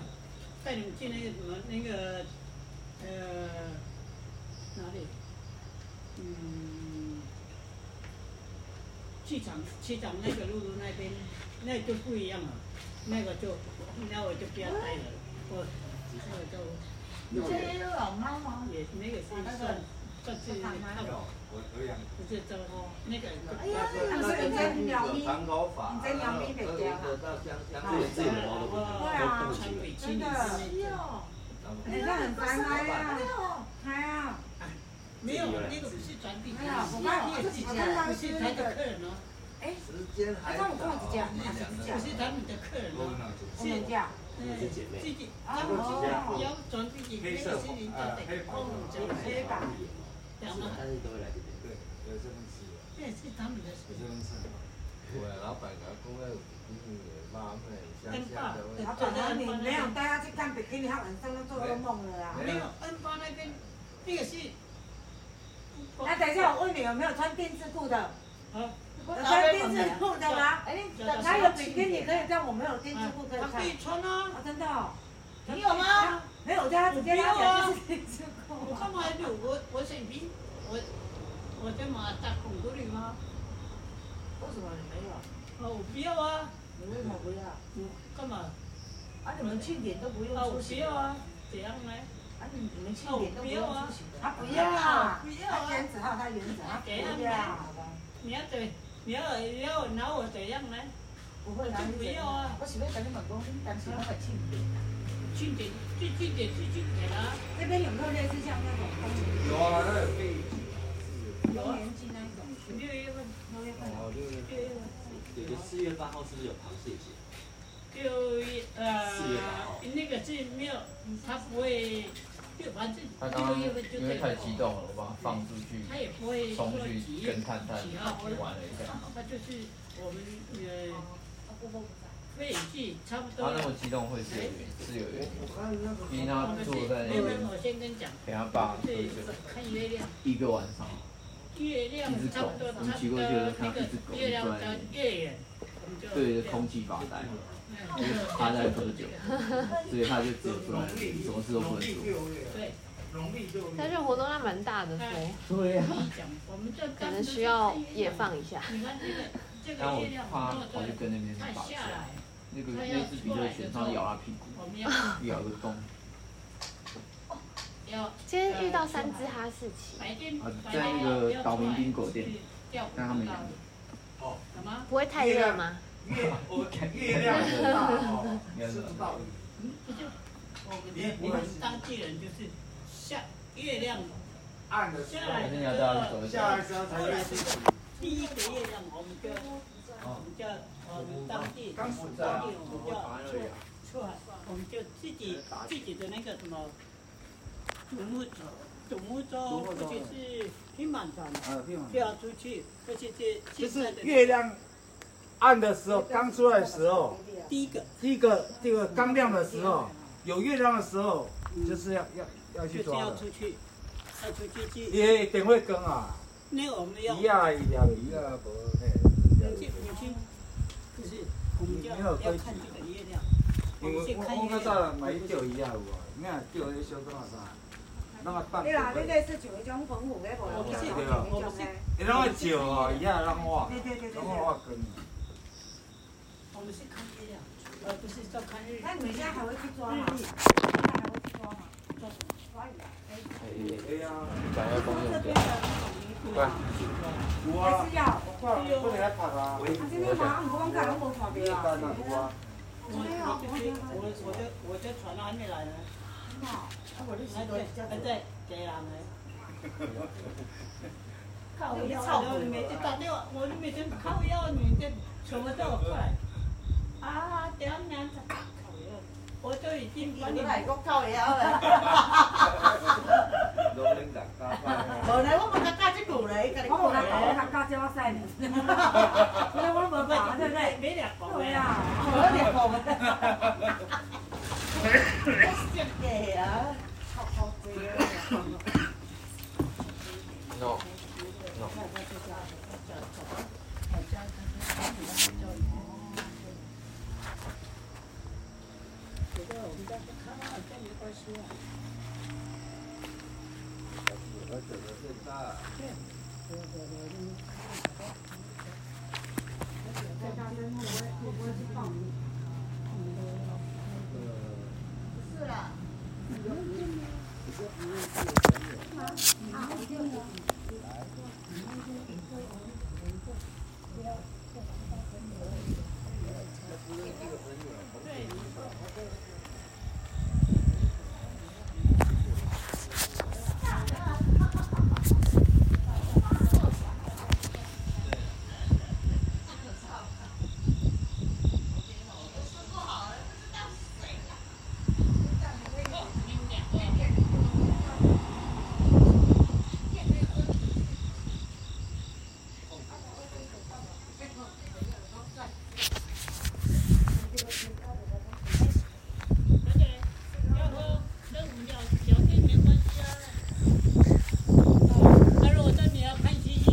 [SPEAKER 1] 带你们去那个什么那个呃哪里？嗯，机场机场那个路路那边那就不一样了，那个就那我就不要带了，我我就
[SPEAKER 7] 这有老妈吗？
[SPEAKER 1] 也那个是算算是看
[SPEAKER 6] 有，我我养
[SPEAKER 1] 不是招那个
[SPEAKER 2] 哎呀，你是人家鸟咪，
[SPEAKER 8] 长头发，到香香
[SPEAKER 3] 自己的包都不
[SPEAKER 1] 我
[SPEAKER 2] 对
[SPEAKER 3] 行，
[SPEAKER 2] 啊
[SPEAKER 3] 都不
[SPEAKER 1] 穿
[SPEAKER 3] 行。
[SPEAKER 1] 围巾
[SPEAKER 2] 真的。
[SPEAKER 1] 里面
[SPEAKER 7] 哟，
[SPEAKER 8] 老板。
[SPEAKER 2] 你看很烦他呀
[SPEAKER 7] 真，的哦，
[SPEAKER 2] 哎呀，
[SPEAKER 1] 没有，那个不是转笔，
[SPEAKER 2] 哎呀，我爸我自己
[SPEAKER 1] 不
[SPEAKER 2] 看他
[SPEAKER 1] 是
[SPEAKER 2] 是
[SPEAKER 1] 他
[SPEAKER 2] 那
[SPEAKER 1] 的
[SPEAKER 2] 个，
[SPEAKER 1] 客人哦，
[SPEAKER 8] 时间还早，
[SPEAKER 1] 不是他们的客人
[SPEAKER 6] 我
[SPEAKER 1] 哦
[SPEAKER 6] 们，那组
[SPEAKER 2] 我们家，
[SPEAKER 1] 嗯，自己，他们
[SPEAKER 2] 哦，
[SPEAKER 1] 要转笔，那
[SPEAKER 6] 黑
[SPEAKER 1] 个
[SPEAKER 6] 色
[SPEAKER 1] 是人家
[SPEAKER 6] 呃
[SPEAKER 1] 的
[SPEAKER 6] 黑白
[SPEAKER 1] 帮我讲的，
[SPEAKER 2] 黑吧，
[SPEAKER 1] 讲嘛，
[SPEAKER 3] 但是都会来这边。
[SPEAKER 6] 对，有这份吃，
[SPEAKER 1] 这是他们的
[SPEAKER 6] 有这份吃。
[SPEAKER 8] 我老板甲讲迄有比基尼的肉，咩香香的味
[SPEAKER 2] 老板啊，你没有带他去看北京，他晚上都做噩梦了啦。
[SPEAKER 1] 没有恩巴那边，那个是，
[SPEAKER 2] 那等一下，我问你有没有穿丁字裤的？
[SPEAKER 1] 啊，
[SPEAKER 2] 有穿丁字裤的吗？
[SPEAKER 7] 哎，你
[SPEAKER 2] 他
[SPEAKER 7] 等他
[SPEAKER 2] 有
[SPEAKER 7] 有
[SPEAKER 2] 比
[SPEAKER 7] 几
[SPEAKER 2] 基
[SPEAKER 7] 天
[SPEAKER 2] 尼可
[SPEAKER 7] 你可以
[SPEAKER 2] 以，但我没有丁字裤可以
[SPEAKER 1] 他可
[SPEAKER 2] 穿。
[SPEAKER 1] 以穿啊，
[SPEAKER 2] 啊，真的哦，
[SPEAKER 7] 你有吗？
[SPEAKER 2] 没有，我叫他直接拉起来就是丁字
[SPEAKER 1] 我
[SPEAKER 2] 裤。
[SPEAKER 1] 干嘛有我我水平，我我在马打孔沟里吗？
[SPEAKER 7] 为什么你没有？
[SPEAKER 1] 啊，我不要啊，
[SPEAKER 7] 你为什么不要？
[SPEAKER 1] 我干嘛？
[SPEAKER 7] 啊，你们庆典都不用
[SPEAKER 1] 啊，我
[SPEAKER 7] 出
[SPEAKER 1] 不
[SPEAKER 7] 席
[SPEAKER 1] 要啊，怎样呢？
[SPEAKER 7] 啊，你你们庆典都不用出席的。
[SPEAKER 2] 他不要啊，
[SPEAKER 1] 不要
[SPEAKER 2] 他
[SPEAKER 1] 啊！
[SPEAKER 2] 原子号，他原子号，他
[SPEAKER 1] 给他
[SPEAKER 2] 不要，
[SPEAKER 1] 买
[SPEAKER 2] 好吧？
[SPEAKER 1] 你要怎，你要要拿我怎样呢？
[SPEAKER 7] 不会啦，你怎样啊我是要跟你们讲，你们当时那个庆典。
[SPEAKER 1] 经典，最经典，最经典啊！
[SPEAKER 2] 这边有没有类似像那种公
[SPEAKER 6] 有啊，那有被
[SPEAKER 2] 园公园季那一种？
[SPEAKER 1] 六月份，
[SPEAKER 2] 六月份啊，
[SPEAKER 6] 哦，就是
[SPEAKER 1] 六月份，
[SPEAKER 3] 有个四月八号是不是有螃蟹节？
[SPEAKER 1] 六月呃，那个是没有，他不会，就反正
[SPEAKER 5] 他刚
[SPEAKER 1] 六
[SPEAKER 5] 刚
[SPEAKER 1] 月份就
[SPEAKER 5] 因为太激动了，我把他放出去，
[SPEAKER 1] 他也不会
[SPEAKER 5] 冲
[SPEAKER 1] 说
[SPEAKER 5] 去
[SPEAKER 1] 急
[SPEAKER 5] 跟探探
[SPEAKER 1] 急啊，
[SPEAKER 5] 玩了一下。
[SPEAKER 1] 他就是我们呃
[SPEAKER 7] 不不不在。
[SPEAKER 1] 废弃差不多
[SPEAKER 5] 他那么激动会是有原是有原因
[SPEAKER 8] 我看那个
[SPEAKER 5] 的，因为他坐在啊
[SPEAKER 1] 没
[SPEAKER 5] 那
[SPEAKER 1] 有没
[SPEAKER 5] 边
[SPEAKER 1] 有，我先跟你讲，
[SPEAKER 5] 陪他爸喝
[SPEAKER 1] 对
[SPEAKER 5] 酒，
[SPEAKER 1] 看月亮。
[SPEAKER 5] 一个晚上。
[SPEAKER 1] 月亮差不多，差不多那个月亮到月圆，我们就
[SPEAKER 5] 对着空气发呆，他在喝酒，所以他就只有坐
[SPEAKER 9] 农
[SPEAKER 5] 在那边，
[SPEAKER 9] 历
[SPEAKER 5] 什么事都不
[SPEAKER 9] 农
[SPEAKER 5] 能
[SPEAKER 9] 历
[SPEAKER 5] 做。
[SPEAKER 9] 六月，
[SPEAKER 1] 对，
[SPEAKER 9] 农历六
[SPEAKER 10] 但
[SPEAKER 9] 月
[SPEAKER 10] 是。活动量蛮大的，所以
[SPEAKER 5] 对呀、啊，
[SPEAKER 1] 讲我们这
[SPEAKER 10] 可能需要也。放一下。
[SPEAKER 1] 你看这个这
[SPEAKER 5] 然
[SPEAKER 1] 个
[SPEAKER 5] 后
[SPEAKER 1] 月
[SPEAKER 5] 我
[SPEAKER 1] 亮
[SPEAKER 5] 怕
[SPEAKER 1] 落
[SPEAKER 5] 跑去跟那边
[SPEAKER 1] 它
[SPEAKER 5] 打
[SPEAKER 1] 下
[SPEAKER 5] 架
[SPEAKER 1] 来，，
[SPEAKER 5] 那个那只比特犬上咬他屁股，
[SPEAKER 1] 我们要
[SPEAKER 5] 咬个洞，
[SPEAKER 1] 要
[SPEAKER 10] 今天遇到三只哈士奇，
[SPEAKER 1] 白天
[SPEAKER 5] 啊，在那个岛民冰狗店，让他们养。
[SPEAKER 9] 哦，
[SPEAKER 1] 什么？
[SPEAKER 10] 不会太热吗？
[SPEAKER 9] 月我月亮很大哦，吃不到鱼。
[SPEAKER 1] 不就我们我们当地人就是下月亮
[SPEAKER 9] 暗的时
[SPEAKER 1] 下
[SPEAKER 9] 候，
[SPEAKER 1] 来
[SPEAKER 5] 还是你要带他去走一
[SPEAKER 9] 下
[SPEAKER 5] 下
[SPEAKER 9] 来。时候才
[SPEAKER 1] 后来
[SPEAKER 9] 认
[SPEAKER 1] 这
[SPEAKER 9] 识。
[SPEAKER 1] 个第一个月亮，我们就我们就我们当地
[SPEAKER 9] 刚死
[SPEAKER 1] 我们
[SPEAKER 9] 在
[SPEAKER 1] 当
[SPEAKER 9] 啊
[SPEAKER 1] 地我们就出出海，我们就自己自己的那个什么独木舟、独木舟或者是平板船，
[SPEAKER 6] 呃，并
[SPEAKER 1] 就要出去，或者是
[SPEAKER 9] 就
[SPEAKER 1] 现在
[SPEAKER 9] 是
[SPEAKER 1] 的
[SPEAKER 9] 月亮暗的时候，刚出来的时候，
[SPEAKER 1] 第一个
[SPEAKER 9] 第一个这个刚亮的时候，有月亮的时候，就是要要要
[SPEAKER 1] 就
[SPEAKER 9] 去
[SPEAKER 1] 是
[SPEAKER 9] 抓
[SPEAKER 1] 要
[SPEAKER 9] 的。
[SPEAKER 1] 出去，要出去去，
[SPEAKER 9] 也等会更啊，
[SPEAKER 1] 那个我们要
[SPEAKER 9] 一啊一啊一啊，
[SPEAKER 1] 要去我去，不是我们就要要看这个月亮，我
[SPEAKER 6] 因
[SPEAKER 1] 们去
[SPEAKER 6] 为
[SPEAKER 1] 看
[SPEAKER 6] 我我
[SPEAKER 1] 月
[SPEAKER 6] 较早
[SPEAKER 1] 亮，
[SPEAKER 6] 买钓鱼啊有无？你看钓迄小竿啊啥，那么放
[SPEAKER 2] 你啦，你类似像迄种澎湖的无？
[SPEAKER 1] 我们是
[SPEAKER 6] 对
[SPEAKER 1] 我
[SPEAKER 2] 我
[SPEAKER 1] 们
[SPEAKER 2] 们
[SPEAKER 1] 是
[SPEAKER 2] 是。
[SPEAKER 6] 你拢爱照哦，伊啊拢我，
[SPEAKER 2] 对对对对
[SPEAKER 6] 拢
[SPEAKER 2] 对。
[SPEAKER 6] 我跟。
[SPEAKER 1] 我们是看月亮，而不是照看日
[SPEAKER 2] 那你们现在还会去抓吗？现在还会去抓吗？抓鱼啊！哎，
[SPEAKER 6] 哎呀，
[SPEAKER 5] 想要公
[SPEAKER 2] 这
[SPEAKER 5] 用
[SPEAKER 2] 边
[SPEAKER 5] 点
[SPEAKER 2] 的，那种鱼啊，
[SPEAKER 6] 有
[SPEAKER 2] 还
[SPEAKER 6] 啊，
[SPEAKER 2] 是要。啊，
[SPEAKER 6] 我看不能拍啦。
[SPEAKER 2] 今天晚上我刚看，我看
[SPEAKER 6] 你
[SPEAKER 2] 袂
[SPEAKER 6] 干哪有啊？
[SPEAKER 2] 啊。
[SPEAKER 1] 我我我的我的船还没来呢，
[SPEAKER 7] 我就
[SPEAKER 1] 还在还在给俺们。
[SPEAKER 7] 靠
[SPEAKER 1] 我
[SPEAKER 7] 我
[SPEAKER 1] 要
[SPEAKER 7] 操
[SPEAKER 1] 我每天打电话，我每天靠腰，你这什么叫我过来？啊，这样那样子，我都已经把
[SPEAKER 7] 你
[SPEAKER 1] 你
[SPEAKER 7] 本来讲靠腰的，
[SPEAKER 8] 农民大家拜。
[SPEAKER 7] 无咧，我无甲教即句咧，甲你
[SPEAKER 2] 我
[SPEAKER 7] 讲
[SPEAKER 2] 有来搞，我
[SPEAKER 7] 咧。
[SPEAKER 2] 来搞，叫我晒你。因为我无搞，对不对？
[SPEAKER 1] 没两个
[SPEAKER 2] 对呀。
[SPEAKER 7] 我咧讲咧。真嘅啊，臭臭嘴啊！
[SPEAKER 5] ，no，
[SPEAKER 8] 我整个是大，
[SPEAKER 7] 是啦。
[SPEAKER 1] 我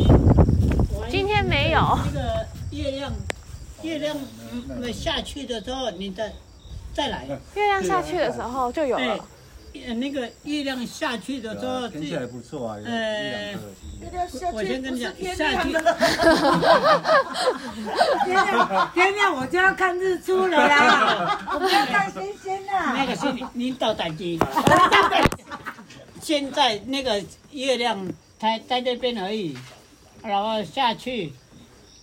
[SPEAKER 1] 那嗯下去的时候，你再再来。
[SPEAKER 7] 嗯
[SPEAKER 10] 月亮下去的时候就有
[SPEAKER 1] 对
[SPEAKER 10] 了，，
[SPEAKER 1] 呃那个月亮下去的时候，
[SPEAKER 6] 天气还不错啊，有一
[SPEAKER 1] 呃
[SPEAKER 6] 两个星期
[SPEAKER 7] 那个下
[SPEAKER 1] 我
[SPEAKER 7] 去
[SPEAKER 1] 先跟
[SPEAKER 7] 不
[SPEAKER 1] 你
[SPEAKER 7] 是
[SPEAKER 1] 讲
[SPEAKER 7] 天，
[SPEAKER 1] 下
[SPEAKER 7] 亮
[SPEAKER 1] 去
[SPEAKER 7] 的。
[SPEAKER 2] 天亮 天亮我就要看日出了啦，
[SPEAKER 7] 我们要看仙仙
[SPEAKER 1] 那
[SPEAKER 7] 呐。
[SPEAKER 1] 个是领导打击。现在那个月亮才在那边而已，然后下去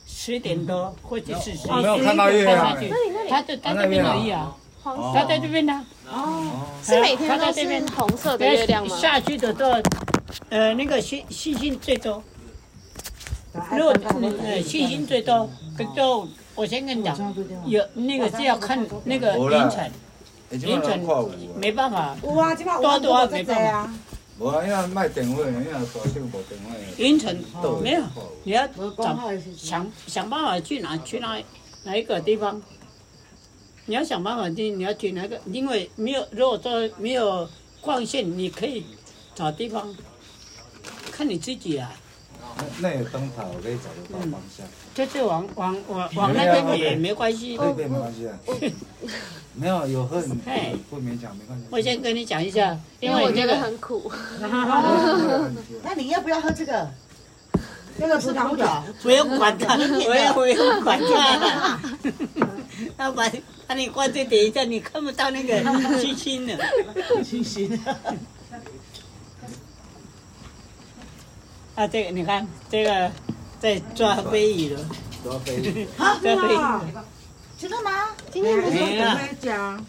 [SPEAKER 1] 十点多或者是十
[SPEAKER 6] 我哦没有看到月亮
[SPEAKER 1] 下去
[SPEAKER 6] 欸
[SPEAKER 10] 那里那里
[SPEAKER 1] 他就在这边而已啊，
[SPEAKER 10] 黄
[SPEAKER 6] 哦
[SPEAKER 10] 色
[SPEAKER 1] 他在这边呢。哦
[SPEAKER 10] 是每天都是红色的月亮吗？
[SPEAKER 1] 下去的时候，呃，那个星星星最多。
[SPEAKER 10] 哎
[SPEAKER 1] 如果嗯呃星星最多，可就我先跟你讲，有那个是要看那个
[SPEAKER 6] 没啦
[SPEAKER 1] 凌晨，
[SPEAKER 6] 已经有人看有啊，
[SPEAKER 1] 没办法，
[SPEAKER 2] 有啊，即马有都在这啊，
[SPEAKER 6] 无啊，因为卖电话，因为大手无电话，
[SPEAKER 1] 凌晨
[SPEAKER 6] 都
[SPEAKER 1] 没有。
[SPEAKER 6] 看有
[SPEAKER 1] 你要找想想办法去哪去哪哪一个地方，你要想办法去你要去哪个，因为没有如果说没有光线，你可以找地方，看你自己啊，
[SPEAKER 6] 那有灯塔，我可以找得到方向，
[SPEAKER 1] 就是往往往往那边也没关系。
[SPEAKER 6] 那边没关系啊。没有有恨
[SPEAKER 1] 嘿
[SPEAKER 6] 不勉强没关系。
[SPEAKER 1] 我先跟你讲一下，因
[SPEAKER 10] 因为
[SPEAKER 1] 为
[SPEAKER 10] 我觉
[SPEAKER 1] 那
[SPEAKER 10] 得
[SPEAKER 1] 个
[SPEAKER 10] 很苦。
[SPEAKER 7] 那你要不要喝这个？那个是葡萄，
[SPEAKER 1] 不用管他，我也不用管他。他把把你关注点一下，你看不到那 个星星了。
[SPEAKER 7] 星星。
[SPEAKER 1] 啊，这个你看，这个在抓飞蚁了，
[SPEAKER 6] 多飞。
[SPEAKER 1] 抓飞蚁。
[SPEAKER 10] 啊
[SPEAKER 7] 真的吗？
[SPEAKER 10] 今天不是
[SPEAKER 1] 没啊了，
[SPEAKER 2] 讲，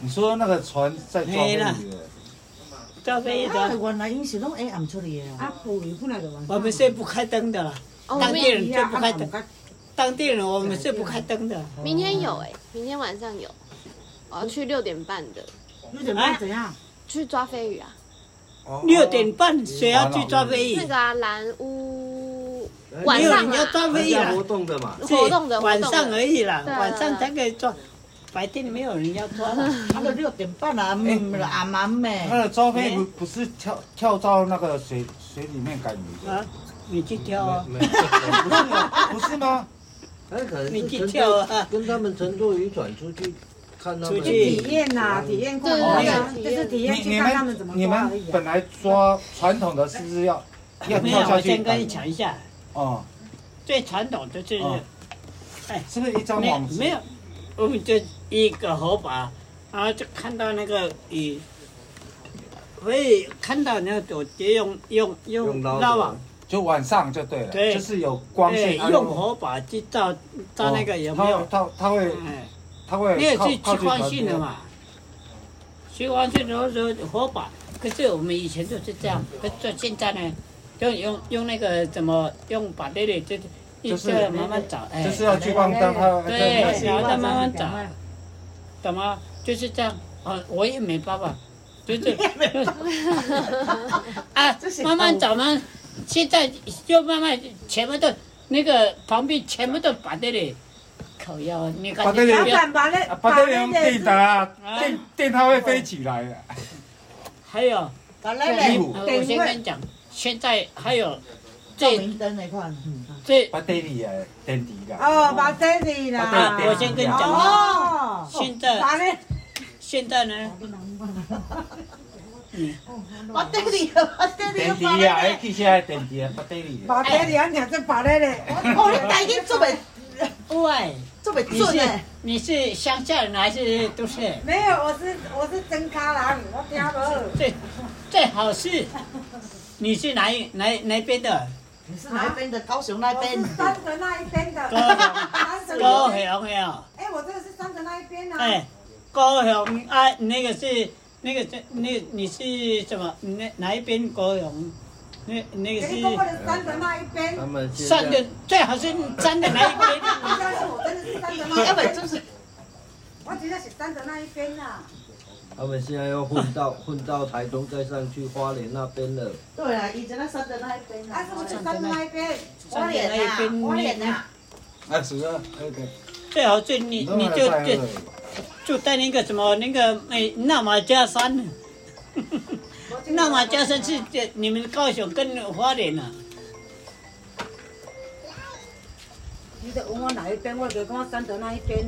[SPEAKER 6] 你说那个船在抓
[SPEAKER 1] 没了
[SPEAKER 6] 飞鱼，
[SPEAKER 1] 抓飞蚁
[SPEAKER 7] 啊，
[SPEAKER 1] 的。
[SPEAKER 7] 原来因是拢会暗出来的啊。
[SPEAKER 2] 啊，捕鱼本来就晚上
[SPEAKER 1] 我们是不开灯的了，
[SPEAKER 10] 哦，
[SPEAKER 1] 当地
[SPEAKER 10] 明
[SPEAKER 1] 人是不开灯，当地人我们是不开灯的。
[SPEAKER 10] 明天有哎、明天晚上有，我要去六点半的
[SPEAKER 7] 六点半怎样？
[SPEAKER 10] 去抓飞鱼啊，
[SPEAKER 1] 六点半谁要
[SPEAKER 6] 嗯
[SPEAKER 1] 去抓飞蚁
[SPEAKER 10] 那？个啊蓝屋晚
[SPEAKER 1] 没有
[SPEAKER 10] 上
[SPEAKER 1] 人要
[SPEAKER 10] 啊
[SPEAKER 1] 抓飞蚁
[SPEAKER 3] 要
[SPEAKER 1] 了
[SPEAKER 3] 活，动的嘛，
[SPEAKER 1] 是
[SPEAKER 10] 活动的活
[SPEAKER 1] 晚
[SPEAKER 10] 动
[SPEAKER 1] 上
[SPEAKER 10] 的，
[SPEAKER 1] 而已啦，
[SPEAKER 10] 对啊
[SPEAKER 1] 晚上才可以抓，白天没有人要抓了。
[SPEAKER 7] 啊，就六点半啊，嗯，暗暗
[SPEAKER 6] 那
[SPEAKER 7] 的。
[SPEAKER 6] 个抓飞不不是跳跳到那个水水里面赶鱼的，
[SPEAKER 1] 啊，你去挑啊，
[SPEAKER 3] 没有，
[SPEAKER 6] 不是吗？不是吗？
[SPEAKER 3] 他可能
[SPEAKER 1] 你
[SPEAKER 3] 是
[SPEAKER 1] 去
[SPEAKER 3] 乘
[SPEAKER 1] 跳
[SPEAKER 3] 坐
[SPEAKER 1] 啊。
[SPEAKER 3] 跟他们乘坐渔船出去看他们
[SPEAKER 1] 出去
[SPEAKER 2] 体验呐，体验过，就是体验
[SPEAKER 6] 你
[SPEAKER 2] 去
[SPEAKER 6] 你
[SPEAKER 2] 看他们怎
[SPEAKER 6] 们
[SPEAKER 2] 么
[SPEAKER 6] 你
[SPEAKER 2] 抓而
[SPEAKER 6] 们
[SPEAKER 2] 已。
[SPEAKER 6] 本来抓传统的是不是要要
[SPEAKER 1] 没有，
[SPEAKER 6] 跳下
[SPEAKER 1] 我
[SPEAKER 6] 去
[SPEAKER 1] 先
[SPEAKER 6] 赶
[SPEAKER 1] 跟
[SPEAKER 6] 鱼
[SPEAKER 1] 你？讲一下，
[SPEAKER 6] 哦，
[SPEAKER 1] 最传统就是
[SPEAKER 6] 哦是不是一张
[SPEAKER 1] 没有
[SPEAKER 6] 网子？
[SPEAKER 1] 没有，我们就一个火把，然后就看到那个鱼，会看到那个我就用用用
[SPEAKER 3] 用捞
[SPEAKER 1] 捞网，
[SPEAKER 6] 就晚上就对了，
[SPEAKER 1] 对
[SPEAKER 6] 就是有光
[SPEAKER 1] 对，
[SPEAKER 6] 线，啊
[SPEAKER 1] 哎用火把去照照那个有没
[SPEAKER 6] 哦
[SPEAKER 1] 有？
[SPEAKER 6] 它它它会
[SPEAKER 1] 哎，
[SPEAKER 6] 它会
[SPEAKER 1] 那
[SPEAKER 6] 靠
[SPEAKER 1] 个是
[SPEAKER 6] 靠
[SPEAKER 1] 趋
[SPEAKER 6] 近
[SPEAKER 1] 光
[SPEAKER 6] 旁
[SPEAKER 1] 性的
[SPEAKER 6] 边？
[SPEAKER 1] 嘛，趋光性的时候火把，可是我们以前就是这样，可是现在呢，就用用那个怎么用把那里就一
[SPEAKER 6] 就是
[SPEAKER 1] 直慢慢找，哎，
[SPEAKER 6] 就是要聚光灯，它会
[SPEAKER 1] 对
[SPEAKER 6] 在那，里
[SPEAKER 1] 然后再慢慢找， 怎么就是这样？啊，我也没办法，就是 啊，慢慢找嘛。现在就慢慢全部都那个旁边全部都摆在里，烤腰，啊你看
[SPEAKER 6] 摆在
[SPEAKER 1] 你
[SPEAKER 6] 那
[SPEAKER 2] 老
[SPEAKER 6] 里
[SPEAKER 2] 板把那
[SPEAKER 6] 啊把这个用电的啊
[SPEAKER 1] 啊，
[SPEAKER 6] 电电它会飞起来的。
[SPEAKER 1] 还有，
[SPEAKER 7] 好嘞
[SPEAKER 1] 你
[SPEAKER 7] 嘞，
[SPEAKER 6] 五
[SPEAKER 1] 呃我先跟你讲，现在还有
[SPEAKER 7] 照
[SPEAKER 1] 最
[SPEAKER 7] 明灯那款。
[SPEAKER 1] 最
[SPEAKER 6] 把电力也电池的。
[SPEAKER 2] 哦，把这里
[SPEAKER 1] 啊
[SPEAKER 2] 啦，，
[SPEAKER 1] 我先跟你讲，
[SPEAKER 7] 哦，
[SPEAKER 1] 现在
[SPEAKER 2] 把那
[SPEAKER 1] 现在呢，
[SPEAKER 7] 我带你，我带你
[SPEAKER 6] 电池
[SPEAKER 7] 发
[SPEAKER 6] 啊，哎，
[SPEAKER 7] 嘞。
[SPEAKER 6] 去下电池啊，把电力的。
[SPEAKER 2] 把这里，俺俩再把那里。
[SPEAKER 7] 哦，你大经做袂
[SPEAKER 1] 喂，
[SPEAKER 7] 做袂
[SPEAKER 1] 你
[SPEAKER 7] 准
[SPEAKER 1] 是
[SPEAKER 7] 呢？
[SPEAKER 1] 你是乡下人还是都市人？
[SPEAKER 2] 没有，我是我是真卡郎，我听无。
[SPEAKER 1] 最最好是，你是哪一哪哪边的？
[SPEAKER 7] 你是哪一边的？高雄那
[SPEAKER 2] 我
[SPEAKER 7] 边
[SPEAKER 2] 是。三德那一边的，三德
[SPEAKER 1] 高
[SPEAKER 2] 那边。
[SPEAKER 1] 雄呀，
[SPEAKER 2] 哎、我这个是三德那一边啊。
[SPEAKER 1] 哎，高雄啊，那个是那个是那你是什么？哪哪一边高雄？那那个
[SPEAKER 2] 给你公布
[SPEAKER 1] 是
[SPEAKER 2] 的三德那一边，
[SPEAKER 3] 他们现
[SPEAKER 1] 山的
[SPEAKER 3] 在，
[SPEAKER 1] 最好是山的哪一边？
[SPEAKER 2] 你相信我真的是三德那
[SPEAKER 7] 要
[SPEAKER 2] 一
[SPEAKER 7] 不然
[SPEAKER 2] 边，
[SPEAKER 7] 就是
[SPEAKER 2] 我只是三德那一边啊。
[SPEAKER 3] 他们现在要混到混到台中，再上去花莲那边了。
[SPEAKER 7] 对啊，以前那山的那一边
[SPEAKER 2] 啊，是不是三德那一边？
[SPEAKER 7] 花莲啊，花莲啊，
[SPEAKER 6] 哎，主任，那个
[SPEAKER 1] 最好是你你就就就在那个什么那个哎纳马加山， 纳马加山是这你们高雄跟花莲啊。
[SPEAKER 7] 你得问我哪一边，我就跟我三德那一边。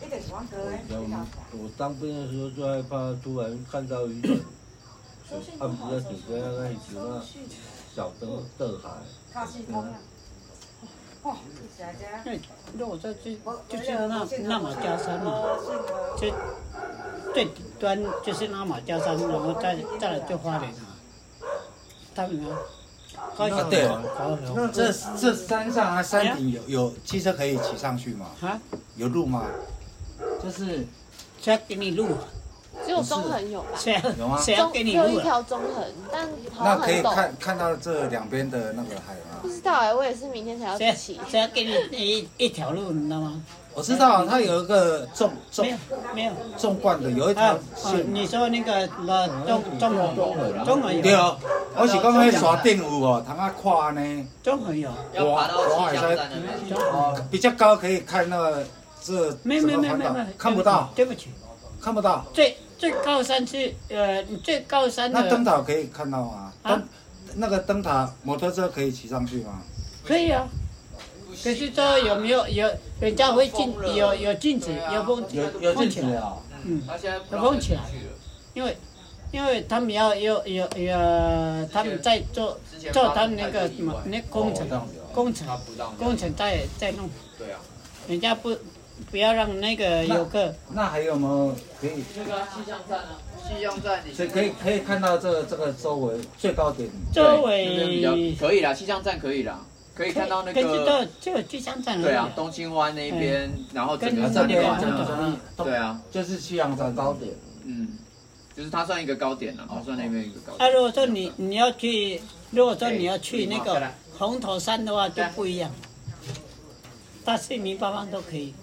[SPEAKER 7] 一直是往得的，
[SPEAKER 3] 我我当兵的时候最害怕突然看到一个，他们在底下那里有那小灯的海，
[SPEAKER 7] 靠系统啊。哦，谢谢。
[SPEAKER 1] 那我在这就是那那马加山嘛，最最顶端就是那马加山，然后再再来就花莲了。啊他们啊，高雄
[SPEAKER 6] 对
[SPEAKER 1] 啊，高雄
[SPEAKER 6] 这这山上啊，山顶有有汽车可以骑上去吗？
[SPEAKER 1] 哎啊，
[SPEAKER 6] 有路吗？就是
[SPEAKER 1] 谁要给你录？
[SPEAKER 10] 只有中横有吧？
[SPEAKER 1] 谁
[SPEAKER 6] 有吗
[SPEAKER 1] 要谁要
[SPEAKER 10] 中
[SPEAKER 1] 给
[SPEAKER 10] 只
[SPEAKER 1] 你
[SPEAKER 10] 有
[SPEAKER 1] 录
[SPEAKER 10] 一
[SPEAKER 1] 啊？
[SPEAKER 10] 条中横，但
[SPEAKER 6] 那
[SPEAKER 10] 好像
[SPEAKER 6] 可以
[SPEAKER 10] 很陡。
[SPEAKER 6] 看看到这两边的那个海吗
[SPEAKER 10] 不？知道哎，我也是明天才要
[SPEAKER 1] 谁
[SPEAKER 10] 去骑。
[SPEAKER 1] 谁要给你一一条路，你知道吗？
[SPEAKER 6] 我知道它有一个纵
[SPEAKER 1] 没
[SPEAKER 6] 纵
[SPEAKER 1] 有没有
[SPEAKER 6] 纵贯的，有一
[SPEAKER 1] 啊
[SPEAKER 6] 条
[SPEAKER 1] 啊！
[SPEAKER 6] 线嘛
[SPEAKER 1] 你。说那个那中中横中横
[SPEAKER 6] 对
[SPEAKER 1] 有
[SPEAKER 6] 哦，我是讲迄山顶有哦，通啊看呢，
[SPEAKER 1] 中横有，
[SPEAKER 5] 要爬到
[SPEAKER 6] 我我还
[SPEAKER 5] 气象
[SPEAKER 6] 在
[SPEAKER 5] 站那边去。
[SPEAKER 6] 比较高可以看那个这
[SPEAKER 1] 没有没有
[SPEAKER 6] 整个
[SPEAKER 1] 没有
[SPEAKER 6] 环岛看
[SPEAKER 1] 没有没有，
[SPEAKER 6] 不到，
[SPEAKER 1] 对不起，
[SPEAKER 6] 看不到。
[SPEAKER 1] 最最高山是呃最高山
[SPEAKER 6] 那灯
[SPEAKER 1] 的
[SPEAKER 6] 塔可以看到吗？
[SPEAKER 1] 啊
[SPEAKER 6] 灯那个灯塔，摩托车可以骑上去吗？
[SPEAKER 1] 可以啊。
[SPEAKER 5] 不
[SPEAKER 1] 可
[SPEAKER 5] 行啊
[SPEAKER 1] 是这有没有有人家会禁
[SPEAKER 5] 疯了
[SPEAKER 1] 有有禁止
[SPEAKER 5] 对啊
[SPEAKER 1] 有封，
[SPEAKER 6] 有
[SPEAKER 1] 禁止
[SPEAKER 3] 啊
[SPEAKER 6] 的哦。
[SPEAKER 1] 嗯，
[SPEAKER 5] 他现在不
[SPEAKER 1] 有
[SPEAKER 5] 让
[SPEAKER 1] 封
[SPEAKER 5] 人
[SPEAKER 1] 起来
[SPEAKER 5] 进去了
[SPEAKER 1] 因为因为他们要有有有他们在做
[SPEAKER 5] 之前
[SPEAKER 1] 做
[SPEAKER 5] 发
[SPEAKER 1] 他
[SPEAKER 5] 生
[SPEAKER 1] 们那
[SPEAKER 5] 太
[SPEAKER 1] 个
[SPEAKER 5] 多
[SPEAKER 1] 什
[SPEAKER 5] 意
[SPEAKER 1] 么
[SPEAKER 5] 外
[SPEAKER 1] 那工程
[SPEAKER 6] 样子哦
[SPEAKER 1] 工
[SPEAKER 5] 他
[SPEAKER 1] 程
[SPEAKER 5] 不让人
[SPEAKER 1] 工程在在弄，
[SPEAKER 5] 对啊，
[SPEAKER 1] 人家不不要让那个游客
[SPEAKER 6] 那还有没有可以？
[SPEAKER 5] 那个气象站啊，气象站你
[SPEAKER 6] 所以可以可以看到这个这个周围最高点。
[SPEAKER 1] 周
[SPEAKER 5] 那边比较
[SPEAKER 1] 围
[SPEAKER 5] 可以啦，气象站可以啦，可以看到那
[SPEAKER 1] 可是
[SPEAKER 5] 个
[SPEAKER 1] 到就有第三站而
[SPEAKER 5] 对
[SPEAKER 1] 已
[SPEAKER 5] 啊，东青湾那边，然后整
[SPEAKER 1] 跟
[SPEAKER 6] 啊
[SPEAKER 5] 个
[SPEAKER 1] 你
[SPEAKER 6] 这
[SPEAKER 1] 那
[SPEAKER 5] 山地
[SPEAKER 1] 边
[SPEAKER 6] 边
[SPEAKER 5] 环
[SPEAKER 1] 啊
[SPEAKER 5] 境
[SPEAKER 1] 这边
[SPEAKER 5] 啊
[SPEAKER 1] 啊，
[SPEAKER 5] 对啊，
[SPEAKER 6] 就是夕阳山
[SPEAKER 3] 高点。
[SPEAKER 5] 嗯，就是它算一个高点了，哦，算那边一个高
[SPEAKER 1] 啊，
[SPEAKER 5] 点。
[SPEAKER 1] 如果说你你要去，如果说你要去
[SPEAKER 5] 哎
[SPEAKER 1] 那
[SPEAKER 5] 礼貌再
[SPEAKER 1] 个
[SPEAKER 5] 来
[SPEAKER 1] 红头山的话就不一样，它四面八方都可以。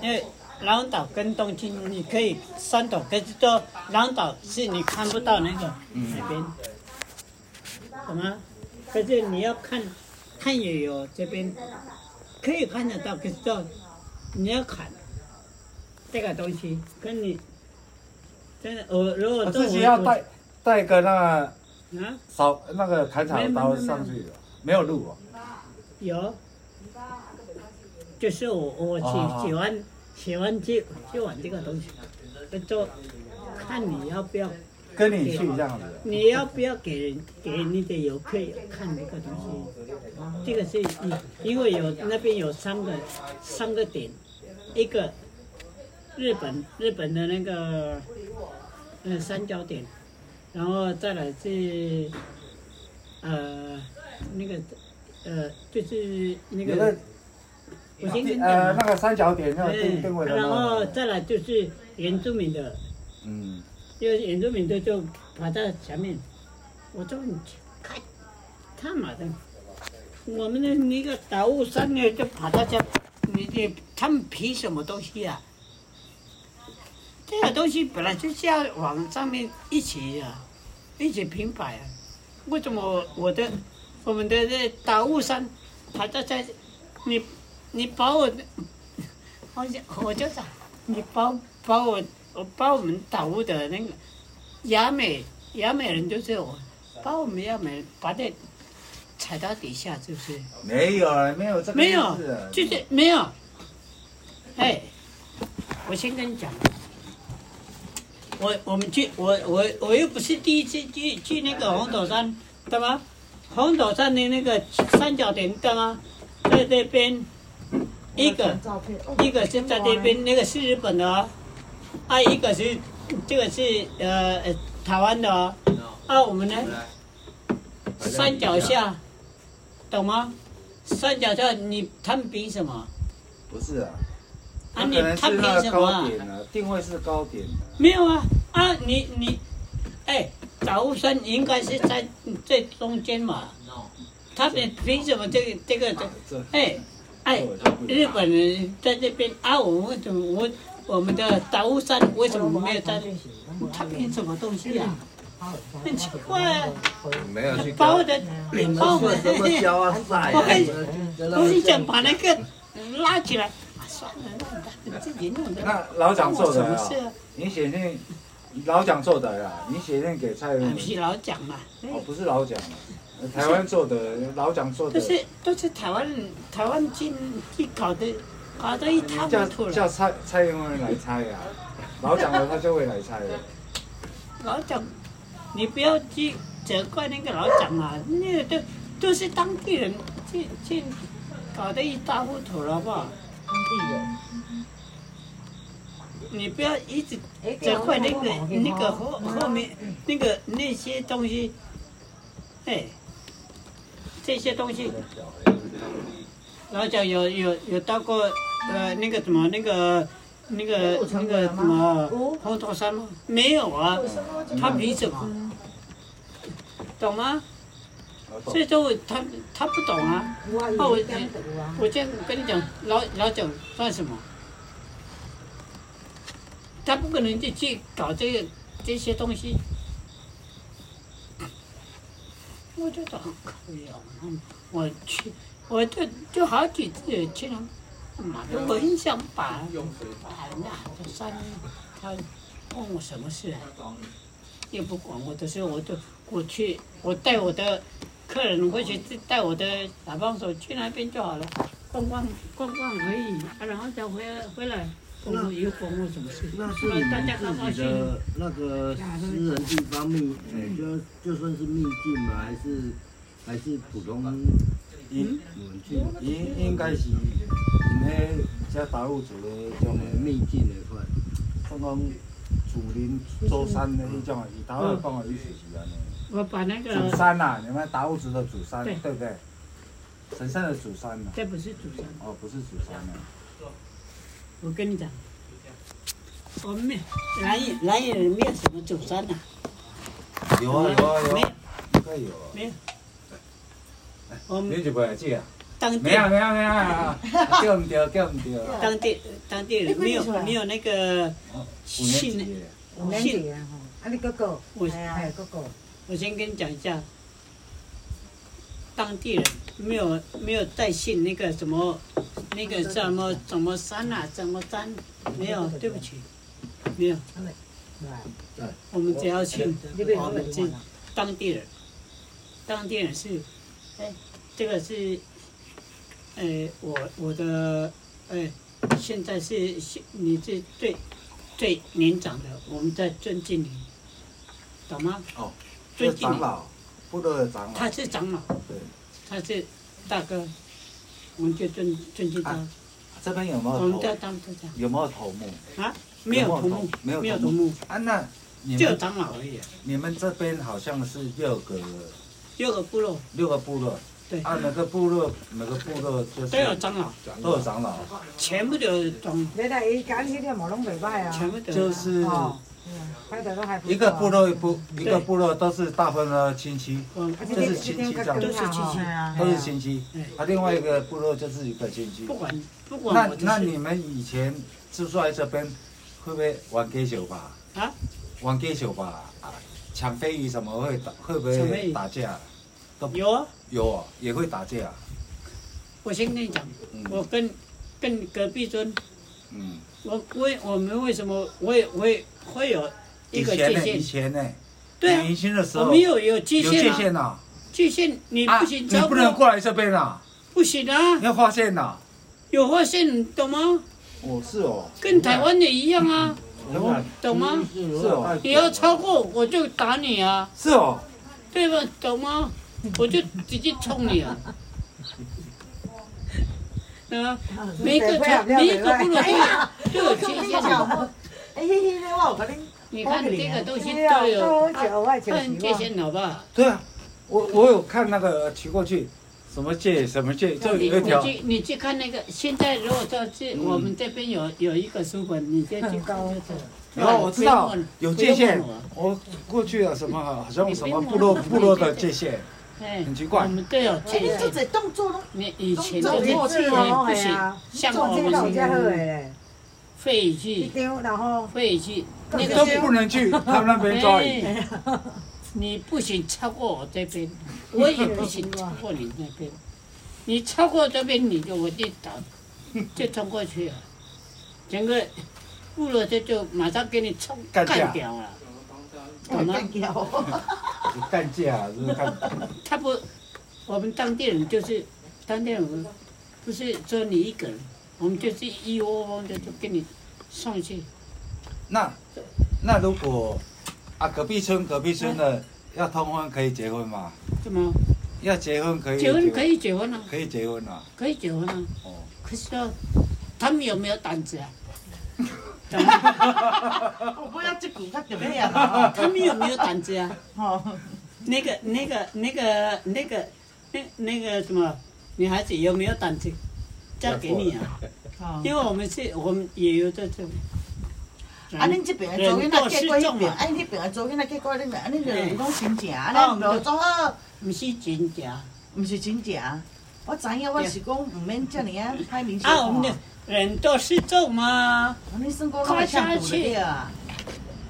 [SPEAKER 1] 因为狼岛跟东京你可以三岛，可是说狼岛是你看不到那个海边，懂吗？可是你要看，看也有这边可以看得到，可是说你要看这个东西跟你。真的，我如果
[SPEAKER 6] 我
[SPEAKER 1] 说
[SPEAKER 6] 自己
[SPEAKER 1] 我
[SPEAKER 6] 哦要
[SPEAKER 1] 我
[SPEAKER 6] 带带个那个
[SPEAKER 1] 啊，
[SPEAKER 6] 扫那个砍草刀上去的，没有路哦。
[SPEAKER 1] 有，就是我我喜
[SPEAKER 6] 哦
[SPEAKER 1] 喜欢喜欢去去玩这个东西，就看你要不要，
[SPEAKER 6] 跟你去这样子的。
[SPEAKER 1] 你要不要给人给你的游客看这个东西，这个是一，因为有那边有三个三个点，一个日本日本的那个嗯三呃角点，然后再来是呃那个呃就是那
[SPEAKER 6] 有
[SPEAKER 1] 个
[SPEAKER 6] 个。
[SPEAKER 1] 我先跟你
[SPEAKER 6] 呃那
[SPEAKER 1] 讲嘛，
[SPEAKER 6] 个三角点那个啊定定位的那
[SPEAKER 1] 然
[SPEAKER 6] 个
[SPEAKER 1] 后再来就是原住民的，
[SPEAKER 6] 嗯，
[SPEAKER 1] 因为原住民的就跑到前面，我说你去看，他妈的，我们的那个达悟山呢就跑到这，你这他们凭什么东西啊？这个东西本来就是要往上面一起啊，一起平摆啊，为什么我的我们的这达悟山跑到这，你你把我的我就我就想，你把把我我把我们岛务的那个亚美亚美人就是我，把我们亚美人把它踩到底下，是不是？
[SPEAKER 6] 没有了，没有这个
[SPEAKER 1] 没
[SPEAKER 6] 意
[SPEAKER 1] 有
[SPEAKER 6] 思了，
[SPEAKER 1] 就是没有。哎，我先跟你讲，我我们去，我我我又不是第一次去去那个红岛山，对吗？红岛山的那个三角点，对吗？在这边一个。
[SPEAKER 7] 照片。
[SPEAKER 1] 一个是在那边，那个是日本的、哦，啊，一个是这个是呃呃台湾的、哦，啊，我们呢山脚下，懂吗？山脚下你他们比什么？
[SPEAKER 6] 不是啊？
[SPEAKER 1] 啊，
[SPEAKER 6] 它
[SPEAKER 1] 你
[SPEAKER 6] 可能
[SPEAKER 1] 他
[SPEAKER 6] 是
[SPEAKER 1] 凭
[SPEAKER 6] 那
[SPEAKER 1] 什
[SPEAKER 6] 个
[SPEAKER 1] 么、
[SPEAKER 6] 高
[SPEAKER 1] 啊？
[SPEAKER 6] 点的，定位是高点的。
[SPEAKER 1] 没有啊啊，你你，哎，岛务山应该是在最中间嘛，他们凭什么这个这个这个？
[SPEAKER 6] 啊这
[SPEAKER 1] 哎哎，日本人在这边啊，我们为什么我我们的达悟山为什么没有在？他凭什么东西啊呀、很奇怪、啊，
[SPEAKER 3] 没有
[SPEAKER 6] 嗯
[SPEAKER 3] 去
[SPEAKER 1] 把
[SPEAKER 3] 高
[SPEAKER 1] 我。的
[SPEAKER 3] 你们
[SPEAKER 1] 把我
[SPEAKER 3] 说
[SPEAKER 1] 们
[SPEAKER 3] 什么
[SPEAKER 1] 的，
[SPEAKER 3] 骄傲赛？
[SPEAKER 1] 我很
[SPEAKER 6] 嗯
[SPEAKER 1] 我
[SPEAKER 3] 我
[SPEAKER 1] 很想把那个拉起来。啊，算了，让他们自己弄的，
[SPEAKER 6] 那老
[SPEAKER 1] 关
[SPEAKER 6] 蒋
[SPEAKER 1] 我
[SPEAKER 6] 做
[SPEAKER 1] 什
[SPEAKER 6] 的
[SPEAKER 1] 么
[SPEAKER 6] 啊
[SPEAKER 1] 事？啊？
[SPEAKER 6] 你写信老蒋做的啦，你写信给蔡英文
[SPEAKER 1] 俺，疲劳讲嘛，
[SPEAKER 6] 哦，不是老蒋，台湾做的，老蒋做
[SPEAKER 1] 都
[SPEAKER 6] 的，
[SPEAKER 1] 是都是台湾人台湾进去搞的，搞得一塌
[SPEAKER 6] 叫
[SPEAKER 1] 糊涂了。
[SPEAKER 6] 叫蔡蔡英文来猜啊，老蒋的他就会来猜啊了。
[SPEAKER 1] 老蒋，你不要去责怪那个老蒋啊，那个都都是当地人去去搞得一塌糊涂了，好不好？当地人，你不要一直责怪那个那个后后面那个那些东西，哎，这些东西，老蒋有有有到过呃那个什么那个那个那个什么红头山吗？没有啊，他凭什么？懂吗？所以说我他他不懂啊。那我我这样跟你讲，老老蒋算什么？他不可能去去搞这个这些东西。我就找搞呀，啊我去，我就就好几次也去了，妈的，我很想把
[SPEAKER 5] 用水塔。
[SPEAKER 1] 哎那这三，他问我什么事啊？也不管我的事，我就我去，我带我的客人过去，带我的打帮手去那边就好了，逛逛逛逛而已，啊然后再回来回来，我我又管我什么事？
[SPEAKER 3] 那是你们自己的那个私人地方秘，哎、就就算是秘境嘛，还是还是普通
[SPEAKER 6] 应
[SPEAKER 3] 你们去
[SPEAKER 6] 应应该是，因为遮大陆做的迄种
[SPEAKER 3] 哎
[SPEAKER 6] 的，
[SPEAKER 3] 秘境那块。
[SPEAKER 6] 讲讲竹林周山的迄种的，伊头尾讲的意思是安尼。
[SPEAKER 1] 我把那个
[SPEAKER 6] 祖山呐，你们达悟族的祖山，
[SPEAKER 1] 啊对
[SPEAKER 6] 对不对？神圣的祖山呐，
[SPEAKER 1] 这不是主张，
[SPEAKER 6] 哦，不是祖山呐。
[SPEAKER 1] 我跟你讲，我们没有蓝眼蓝眼人没有什么主张的，
[SPEAKER 6] 有啊有啊有
[SPEAKER 1] 没
[SPEAKER 6] 啊，应该有啊。
[SPEAKER 1] 我们
[SPEAKER 6] 你就不会记啊？
[SPEAKER 1] 当地
[SPEAKER 6] 没有没有没有，啊叫唔对叫唔对啊，
[SPEAKER 1] 当地当地人没有没有那个
[SPEAKER 6] 哦五年级
[SPEAKER 1] 信。
[SPEAKER 6] 的。
[SPEAKER 7] 有年纪啊吼，啊你哥哥，
[SPEAKER 1] 我
[SPEAKER 7] 哎呀，哥哥，
[SPEAKER 1] 我先跟你讲一下，当地人没有没有带信那个什么那个什么什么山啊，什么山没有，对不起，没有，我们只要信
[SPEAKER 7] 你别
[SPEAKER 1] 我们是当地人，当地人是，哎，这个是，呃，我我的，哎，现在是是你是最最年长的，我们在尊敬你，懂吗？
[SPEAKER 6] 哦，
[SPEAKER 1] 尊
[SPEAKER 6] 是
[SPEAKER 1] 敬
[SPEAKER 6] 长
[SPEAKER 1] 你。
[SPEAKER 6] 老，部落的长老。
[SPEAKER 1] 他是长老，
[SPEAKER 6] 对，
[SPEAKER 1] 他是大哥，我们就尊尊敬他。
[SPEAKER 6] 啊这边有没
[SPEAKER 1] 我们
[SPEAKER 6] 有
[SPEAKER 1] 叫
[SPEAKER 6] 头？
[SPEAKER 1] 他们长
[SPEAKER 6] 有没有头目？
[SPEAKER 1] 啊，没有头目，
[SPEAKER 6] 没有头
[SPEAKER 1] 没有头
[SPEAKER 6] 目
[SPEAKER 1] 目，
[SPEAKER 6] 啊，那你
[SPEAKER 1] 就有
[SPEAKER 6] 们
[SPEAKER 1] 长老而已。
[SPEAKER 6] 你们这边好像是六个
[SPEAKER 1] 六个部落
[SPEAKER 6] 六个部落，
[SPEAKER 1] 对
[SPEAKER 6] 啊，每个部落每个部落就是
[SPEAKER 1] 都有长老，
[SPEAKER 6] 都有长老，
[SPEAKER 1] 全部都有长老，
[SPEAKER 7] 你睇伊揀呢啲毛拢袂歹
[SPEAKER 2] à?
[SPEAKER 7] 啊，
[SPEAKER 1] 全部都有
[SPEAKER 6] 就
[SPEAKER 1] 长
[SPEAKER 6] 是
[SPEAKER 2] Ờ.
[SPEAKER 7] 哦，
[SPEAKER 2] Ừ.
[SPEAKER 7] 睇到都係
[SPEAKER 6] 一个部落一部一个部落都是大分的亲戚，
[SPEAKER 1] 老。嗯
[SPEAKER 6] 这是亲戚这样，
[SPEAKER 1] 都是亲戚
[SPEAKER 6] 都是亲戚
[SPEAKER 1] 嗯，
[SPEAKER 6] 啊，另外一个部落就是一个亲戚
[SPEAKER 1] 不。管不
[SPEAKER 6] 那
[SPEAKER 1] 管我
[SPEAKER 6] 那
[SPEAKER 1] 的
[SPEAKER 6] 你
[SPEAKER 1] 事，
[SPEAKER 6] 们以前住在这边，会不会玩给酒吧？
[SPEAKER 1] 啊，
[SPEAKER 6] 玩给酒吧啊，抢飞鱼什么会打会不
[SPEAKER 1] 抢飞
[SPEAKER 6] 会
[SPEAKER 1] 鱼
[SPEAKER 6] 打架？
[SPEAKER 1] 有啊，
[SPEAKER 6] 有啊，也会打架。
[SPEAKER 1] 我先跟你讲，我
[SPEAKER 6] 嗯
[SPEAKER 1] 跟跟隔壁村，
[SPEAKER 6] 嗯，
[SPEAKER 1] 我为我们为什么我也我也会有一
[SPEAKER 6] 以
[SPEAKER 1] 个
[SPEAKER 6] 前呢，
[SPEAKER 1] 界
[SPEAKER 6] 以
[SPEAKER 1] 限？
[SPEAKER 6] 前呢，
[SPEAKER 1] 对啊
[SPEAKER 6] 年，轻的时
[SPEAKER 1] 我
[SPEAKER 6] 候
[SPEAKER 1] 们有有界
[SPEAKER 6] 有
[SPEAKER 1] 限
[SPEAKER 6] 界
[SPEAKER 1] 啊，
[SPEAKER 6] 限呐，
[SPEAKER 1] 界限你
[SPEAKER 6] 啊，
[SPEAKER 1] 不行，
[SPEAKER 6] 你
[SPEAKER 1] 超
[SPEAKER 6] 不能
[SPEAKER 1] 过
[SPEAKER 6] 过来这边啊，
[SPEAKER 1] 不行啊
[SPEAKER 6] 你，要发现呐。
[SPEAKER 1] 有划线，你懂吗？
[SPEAKER 6] 哦，是哦，
[SPEAKER 1] 跟台湾的一样啊，
[SPEAKER 6] 哦
[SPEAKER 1] 懂吗？
[SPEAKER 6] 是哦，
[SPEAKER 1] 你要超过我就打你啊，
[SPEAKER 6] 是哦，
[SPEAKER 1] 对吧？懂吗？我就直接冲你啊！ 啊，每一个城每一个部落都有都有界限的，
[SPEAKER 7] 哎，迄迄咧，我有甲恁
[SPEAKER 1] 啊你看这个东西都有
[SPEAKER 7] 都有，我
[SPEAKER 1] 看界限，好不好？
[SPEAKER 6] 对啊，我我有看那个呃骑过去，什么界什么界，就
[SPEAKER 1] 你
[SPEAKER 6] 有一条
[SPEAKER 1] 你去你去看那个，现在如果说是
[SPEAKER 6] 嗯
[SPEAKER 1] 我们这边有有一个书本，你就去看
[SPEAKER 7] 高
[SPEAKER 1] 就走。
[SPEAKER 6] 然后我知道有界限
[SPEAKER 1] 不用问我，
[SPEAKER 6] 我过去了什么好像什么部落部落的界限，
[SPEAKER 1] 哎，
[SPEAKER 6] 很奇怪
[SPEAKER 1] 我们都有界
[SPEAKER 7] 哎，你做
[SPEAKER 1] 限。
[SPEAKER 7] 这动作拢
[SPEAKER 1] 你以前
[SPEAKER 7] 做
[SPEAKER 1] 就是
[SPEAKER 7] 默契哦，
[SPEAKER 1] 不
[SPEAKER 7] 系
[SPEAKER 1] 行
[SPEAKER 7] 啊，，
[SPEAKER 1] 像
[SPEAKER 7] 做
[SPEAKER 1] 我
[SPEAKER 7] 这老
[SPEAKER 1] 们
[SPEAKER 7] 家好诶，
[SPEAKER 1] 废
[SPEAKER 7] 一
[SPEAKER 1] 墟，
[SPEAKER 7] 丢然后
[SPEAKER 1] 废墟那
[SPEAKER 6] 都
[SPEAKER 1] 个
[SPEAKER 6] 不能去他们那边抓鱼。
[SPEAKER 1] 哎，你不行超过我这边，我也不行超过你那边，你超过这边你就我就打，就冲过去了，整个顾了这就马上给你冲
[SPEAKER 6] 干
[SPEAKER 1] 干
[SPEAKER 6] 掉
[SPEAKER 1] 掉了，懂吗？
[SPEAKER 6] 你干架啊，就是干。
[SPEAKER 1] 他不，我们当地人就是当地人，不是说你一个人，我们就是一窝蜂的就给你送去。
[SPEAKER 6] 那那如果啊，隔壁村隔壁村的要通婚可以结婚吗？
[SPEAKER 1] 怎么？
[SPEAKER 6] 要结婚可以
[SPEAKER 1] 结婚可以结婚啊，
[SPEAKER 6] 可以结婚啊。
[SPEAKER 1] 可以结婚啊。
[SPEAKER 6] 哦，
[SPEAKER 1] 可是呢，他们有没有胆 子啊？
[SPEAKER 7] 我不要这股票怎么样啊？
[SPEAKER 1] 他们有没有胆子啊？
[SPEAKER 7] 哦，
[SPEAKER 1] 那个、那个、那个、那个、那那个什么女孩子有没有胆子嫁给你啊？
[SPEAKER 7] 好
[SPEAKER 1] 因为我们是，我们也有这种。
[SPEAKER 7] 啊，恁这边的做囡仔结过迄边，啊，恁那边的做囡仔结过恁，啊，恁就是讲亲情，啊，恁就做好，
[SPEAKER 1] 不是真假？
[SPEAKER 7] 毋是亲情。我知影，我是讲毋免遮尔啊，歹面
[SPEAKER 1] 啊，我们的人都是重嘛，
[SPEAKER 7] 你算讲拢呛堵了啊？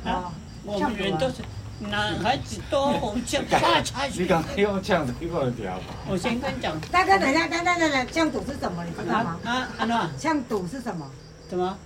[SPEAKER 7] 啊，
[SPEAKER 1] 我们人都是男孩子多，我们就跨下
[SPEAKER 6] 啊你
[SPEAKER 1] 去。
[SPEAKER 6] 刚刚用这样子一个聊，
[SPEAKER 1] 我先跟你讲
[SPEAKER 2] 大哥，等一下，等等等等，呛赌是什么？你知道吗
[SPEAKER 1] 啊？啊，安娜，
[SPEAKER 2] 呛赌是什么？
[SPEAKER 1] 怎么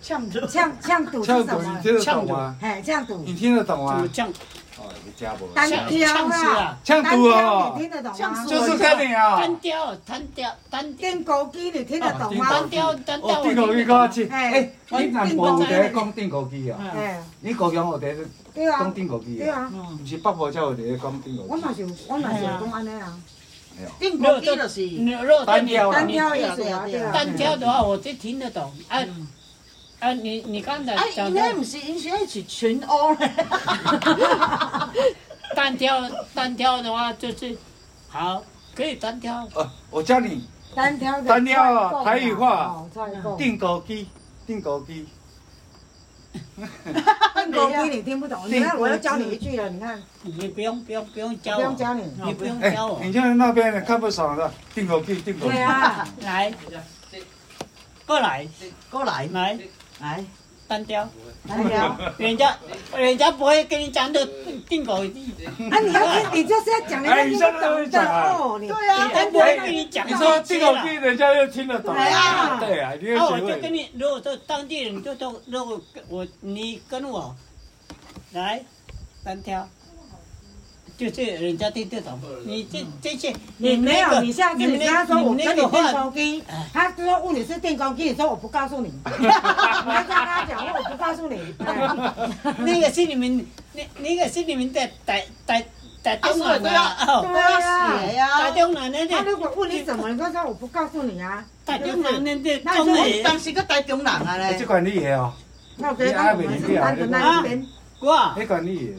[SPEAKER 7] 呛堵。
[SPEAKER 2] 呛呛赌是
[SPEAKER 6] 呛
[SPEAKER 2] 什
[SPEAKER 6] 赌
[SPEAKER 2] 么
[SPEAKER 6] 你？听得懂吗？
[SPEAKER 2] 哎，呛赌，
[SPEAKER 6] 你听得懂
[SPEAKER 1] 怎么
[SPEAKER 6] 吗？
[SPEAKER 1] 讲？
[SPEAKER 6] 哦，你加不？
[SPEAKER 2] 单挑
[SPEAKER 1] 呛死
[SPEAKER 2] 啦
[SPEAKER 1] 啊，
[SPEAKER 6] 呛
[SPEAKER 2] 单
[SPEAKER 6] 毒
[SPEAKER 2] 挑你
[SPEAKER 6] 哦，
[SPEAKER 2] 听得懂
[SPEAKER 7] 呛
[SPEAKER 2] 吗
[SPEAKER 7] 死？
[SPEAKER 6] 就是跟你啊。
[SPEAKER 1] 单挑，单挑，单挑，
[SPEAKER 2] 电钩机你听得懂
[SPEAKER 1] 单
[SPEAKER 2] 吗？
[SPEAKER 1] 挑，单挑。
[SPEAKER 6] 哦，定高机讲起，
[SPEAKER 2] 哎
[SPEAKER 6] 哎，你南部有在讲定高机啊？
[SPEAKER 1] 嗯
[SPEAKER 2] 哎，
[SPEAKER 6] 你高雄有在
[SPEAKER 2] 对啊
[SPEAKER 6] 讲，定高机
[SPEAKER 2] 对
[SPEAKER 6] 啊？
[SPEAKER 2] 啊，
[SPEAKER 6] 不是北部才有在讲定高
[SPEAKER 2] 我嘛
[SPEAKER 6] 机。
[SPEAKER 2] 是有，我嘛是有讲安尼啊，
[SPEAKER 7] 顶国机就是
[SPEAKER 1] 牛肉
[SPEAKER 6] 单挑啦
[SPEAKER 2] 单挑也是啊，对啊，
[SPEAKER 1] 单挑的话，我就听得懂。啊啊，你你刚才
[SPEAKER 7] 啊，
[SPEAKER 1] 讲
[SPEAKER 7] 因
[SPEAKER 1] 的
[SPEAKER 7] 那毋是，因是那是群殴咧。
[SPEAKER 1] 单挑，单挑的话就是好，可以单挑。
[SPEAKER 6] 哦，我教你
[SPEAKER 2] 单挑的
[SPEAKER 6] 单挑啊台语话
[SPEAKER 2] 哦，再讲
[SPEAKER 6] 定高机，定高机，
[SPEAKER 2] 定钩机你听不懂，你看我又教你一句了，你看
[SPEAKER 1] 你不用不用不用
[SPEAKER 2] 不
[SPEAKER 1] 教
[SPEAKER 2] 用
[SPEAKER 1] 我，
[SPEAKER 2] 教你，
[SPEAKER 1] 你不用
[SPEAKER 6] 哎
[SPEAKER 1] 教，哦我
[SPEAKER 6] 你。像那边的看不爽的，定高机，定高机
[SPEAKER 2] 对。啊，
[SPEAKER 1] 来，过来
[SPEAKER 7] 过来，
[SPEAKER 1] 来
[SPEAKER 7] 来，
[SPEAKER 1] 单挑，
[SPEAKER 2] 单挑。
[SPEAKER 1] 人家人家不会跟你讲的定狗地，
[SPEAKER 2] 啊，你要听，你就是要讲人家听不懂的哦，你
[SPEAKER 7] 对
[SPEAKER 1] 人
[SPEAKER 7] 啊，
[SPEAKER 1] 家不会跟你
[SPEAKER 2] 哎
[SPEAKER 1] 讲
[SPEAKER 6] 你说定高机，
[SPEAKER 1] 地。
[SPEAKER 6] 人家又听得懂。
[SPEAKER 2] 对啊
[SPEAKER 6] 对啊，你又
[SPEAKER 1] 那我
[SPEAKER 6] 学
[SPEAKER 1] 就跟
[SPEAKER 6] 会。
[SPEAKER 1] 你，如果说当地人就都，如果跟我你跟我来单挑，就是人家听得懂。你这这些，
[SPEAKER 2] 你没
[SPEAKER 1] 那
[SPEAKER 2] 有，
[SPEAKER 1] 个
[SPEAKER 2] 你下次
[SPEAKER 1] 们
[SPEAKER 2] 你
[SPEAKER 1] 那
[SPEAKER 2] 跟他说我
[SPEAKER 1] 你们那
[SPEAKER 2] 跟你
[SPEAKER 1] 个
[SPEAKER 2] 电
[SPEAKER 1] 话哎
[SPEAKER 2] 钩机，他说问你是电钩机，你说我不告诉 你，你要跟他讲我不告诉你，哎
[SPEAKER 1] 那个是你们，那那个是你们的台台台中人的
[SPEAKER 7] 啊
[SPEAKER 1] 哦，
[SPEAKER 2] 对啊。
[SPEAKER 7] 哎
[SPEAKER 1] 台
[SPEAKER 7] 呀，
[SPEAKER 1] 中人的
[SPEAKER 2] 他
[SPEAKER 1] 那
[SPEAKER 2] 如果问你什么，你就说我不告诉你啊。
[SPEAKER 1] 台中人的这
[SPEAKER 2] 那你
[SPEAKER 1] 中
[SPEAKER 2] 说
[SPEAKER 7] 我
[SPEAKER 1] 人，
[SPEAKER 7] 当时个台中人啊
[SPEAKER 6] 哎这
[SPEAKER 7] 咧，
[SPEAKER 6] 款你也哦，
[SPEAKER 2] 那我觉得我们是单纯那一边，
[SPEAKER 1] 我
[SPEAKER 6] 那款你也，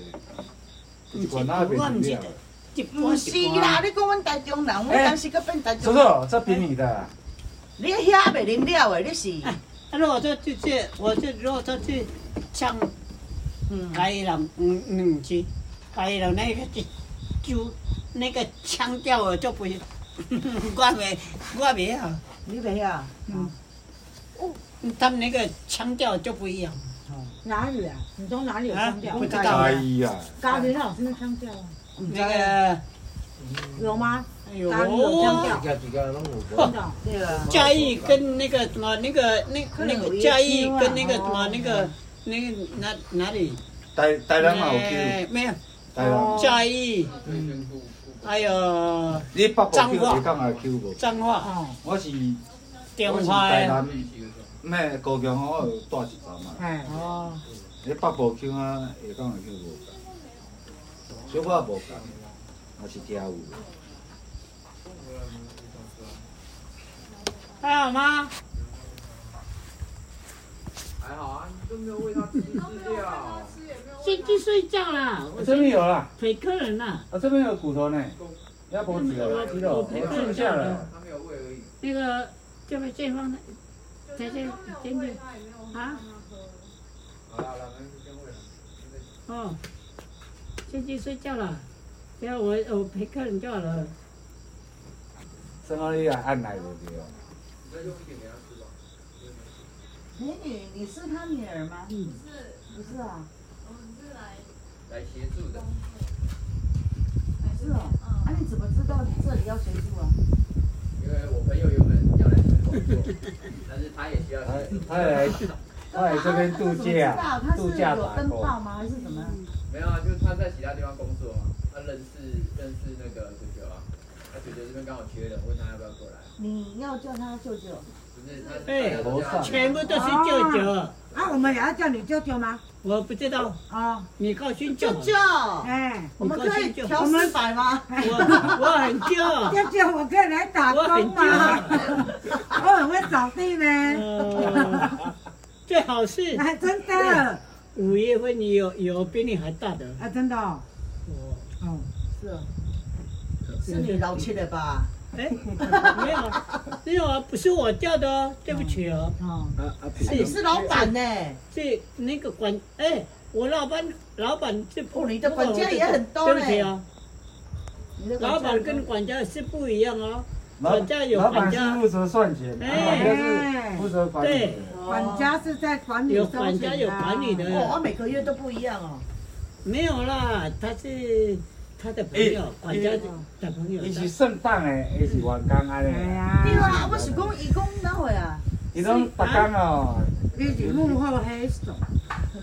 [SPEAKER 6] 这款那边
[SPEAKER 1] 我
[SPEAKER 6] 怎
[SPEAKER 1] 唔
[SPEAKER 6] 么
[SPEAKER 1] 是
[SPEAKER 6] 样？
[SPEAKER 1] 一啊
[SPEAKER 7] 毋
[SPEAKER 1] 般
[SPEAKER 7] 是啦，你讲阮台中人，我当时个变台
[SPEAKER 6] 叔
[SPEAKER 7] 中人。
[SPEAKER 6] 叔，这比你的。
[SPEAKER 7] 你遐袂啉了诶，你是
[SPEAKER 1] 啊如果说这这，我这如果说这像
[SPEAKER 7] 嗯，
[SPEAKER 1] 台人，嗯嗯是，台人那个就就那个腔调我就不， 我袂我袂啊，
[SPEAKER 7] 你袂晓。
[SPEAKER 1] 他们那个腔调就不一样
[SPEAKER 2] 哪里啊？你从哪里有
[SPEAKER 1] 啊
[SPEAKER 2] 腔，调
[SPEAKER 1] 不？知道
[SPEAKER 6] 哎
[SPEAKER 1] 啊
[SPEAKER 6] 呀，
[SPEAKER 2] 咖喱老师的腔调啊
[SPEAKER 1] 那个，
[SPEAKER 2] 有吗？
[SPEAKER 1] 哎
[SPEAKER 2] 咖喱有腔
[SPEAKER 1] 呦。
[SPEAKER 2] 调，
[SPEAKER 8] 家己个拢有
[SPEAKER 2] 真的哦。
[SPEAKER 7] 对啊，
[SPEAKER 1] 嘉义跟那个什么那个那那个嘉义跟那个什么那个那个哪哪里？
[SPEAKER 6] 台台南嘛有去，
[SPEAKER 1] 哎哦没有
[SPEAKER 6] 台南。
[SPEAKER 1] 嘉义，还有
[SPEAKER 6] 你北部去有讲也去无？
[SPEAKER 1] 彰化、
[SPEAKER 2] 哦，
[SPEAKER 6] 我是
[SPEAKER 1] 彰
[SPEAKER 6] 我是
[SPEAKER 1] 化
[SPEAKER 6] 台
[SPEAKER 1] 的，
[SPEAKER 6] 南，咩高雄我有带一站嘛。
[SPEAKER 2] 哎，
[SPEAKER 1] 哦，
[SPEAKER 6] 你北部腔啊，下港会腔无共，小可无共，也是听有。
[SPEAKER 1] 还好吗？
[SPEAKER 9] 还好啊，你都没有喂它吃饲料。
[SPEAKER 1] 先去睡觉啦，我
[SPEAKER 6] 这边有啦，
[SPEAKER 1] 陪客人啦。
[SPEAKER 6] 啊这边有骨头呢，鸭脖子
[SPEAKER 1] 我
[SPEAKER 6] 了，肌肉，我吃不下了。
[SPEAKER 9] 它没有喂而已。
[SPEAKER 1] 那个这边这方的，在这真的
[SPEAKER 7] 哎
[SPEAKER 1] 啊，
[SPEAKER 9] 好了好了，那就先喂了。
[SPEAKER 1] 哦，先去睡觉了。不要我我陪客人就好了。
[SPEAKER 6] 正好你也按来无对哦，
[SPEAKER 9] 你再用一点给它吃吧。
[SPEAKER 7] 你女你是他女儿吗？
[SPEAKER 2] 不是啊，
[SPEAKER 5] 来协助的。
[SPEAKER 2] 是哦。啊，你怎么知道这里要协助啊？
[SPEAKER 5] 因为我朋友原本要来这边工作，但是他也需要
[SPEAKER 6] 他他来他哎来这边度假，
[SPEAKER 7] 他
[SPEAKER 6] 度
[SPEAKER 7] 是
[SPEAKER 6] 假
[SPEAKER 7] 有
[SPEAKER 6] 打
[SPEAKER 7] 登
[SPEAKER 6] 工。
[SPEAKER 7] 报吗？还是怎么样？
[SPEAKER 5] 没有啊，就是他在其他地方工作嘛，他认识认识那个九九啊，他九九这边刚好缺人，问他要不要过来，
[SPEAKER 7] 你要叫他舅舅
[SPEAKER 5] 不是他
[SPEAKER 1] 哎
[SPEAKER 5] 大家都这样
[SPEAKER 1] 全部都是舅舅，
[SPEAKER 2] 啊，我们也要叫你舅舅吗？
[SPEAKER 1] 我不知道，
[SPEAKER 2] 哦，
[SPEAKER 1] 你高兴就
[SPEAKER 7] 舅
[SPEAKER 1] 好。
[SPEAKER 7] 舅，
[SPEAKER 1] 哦
[SPEAKER 2] 哎，
[SPEAKER 7] 我们
[SPEAKER 1] 你高
[SPEAKER 7] 可以
[SPEAKER 1] 兴就
[SPEAKER 7] 调
[SPEAKER 1] 好。
[SPEAKER 7] 四百吗？
[SPEAKER 1] 我我很舅，
[SPEAKER 2] 舅舅，我可以来打
[SPEAKER 1] 我很嗯
[SPEAKER 2] 工 吗？哦
[SPEAKER 1] 舅。
[SPEAKER 2] 我很会扫地呢。
[SPEAKER 1] 呃最好是
[SPEAKER 2] 哎，真的，
[SPEAKER 1] 五月份你有有比你还大的，
[SPEAKER 2] 啊，真的哦，
[SPEAKER 1] 我
[SPEAKER 2] 哦，
[SPEAKER 7] 是哦，是你老去的吧？
[SPEAKER 1] 哎没有没有啊，不是我叫的哦，对不起哦，
[SPEAKER 2] 哦，
[SPEAKER 3] 啊啊，
[SPEAKER 7] 你是老板呢，
[SPEAKER 1] 是那个管哎，我老板老板是不
[SPEAKER 7] 哦，你的管家也很
[SPEAKER 1] 对
[SPEAKER 7] 多
[SPEAKER 1] 不起
[SPEAKER 7] 呢。
[SPEAKER 1] 啊，
[SPEAKER 7] 你的管家
[SPEAKER 1] 老板跟管家是不一样哦，
[SPEAKER 6] 老
[SPEAKER 1] 管家有
[SPEAKER 6] 老
[SPEAKER 1] 管
[SPEAKER 6] 板是
[SPEAKER 1] 家，
[SPEAKER 6] 负责算钱，老
[SPEAKER 1] 哎
[SPEAKER 6] 板就是负责管理的。
[SPEAKER 2] 哎管家是在管理
[SPEAKER 1] 有
[SPEAKER 2] 收
[SPEAKER 1] 管家
[SPEAKER 2] 钱
[SPEAKER 1] 有
[SPEAKER 2] 的啊
[SPEAKER 1] 管理的，
[SPEAKER 7] 哦，啊每个月都不一样哦。
[SPEAKER 1] 没有啦，他是他的朋友，管家的朋友，
[SPEAKER 6] 伊是圣诞的，伊是员工安尼。
[SPEAKER 2] 哎呀
[SPEAKER 7] 对啊，我是讲伊讲哪会啊？
[SPEAKER 6] 伊拢逐工哦，
[SPEAKER 2] 你是幕后黑手，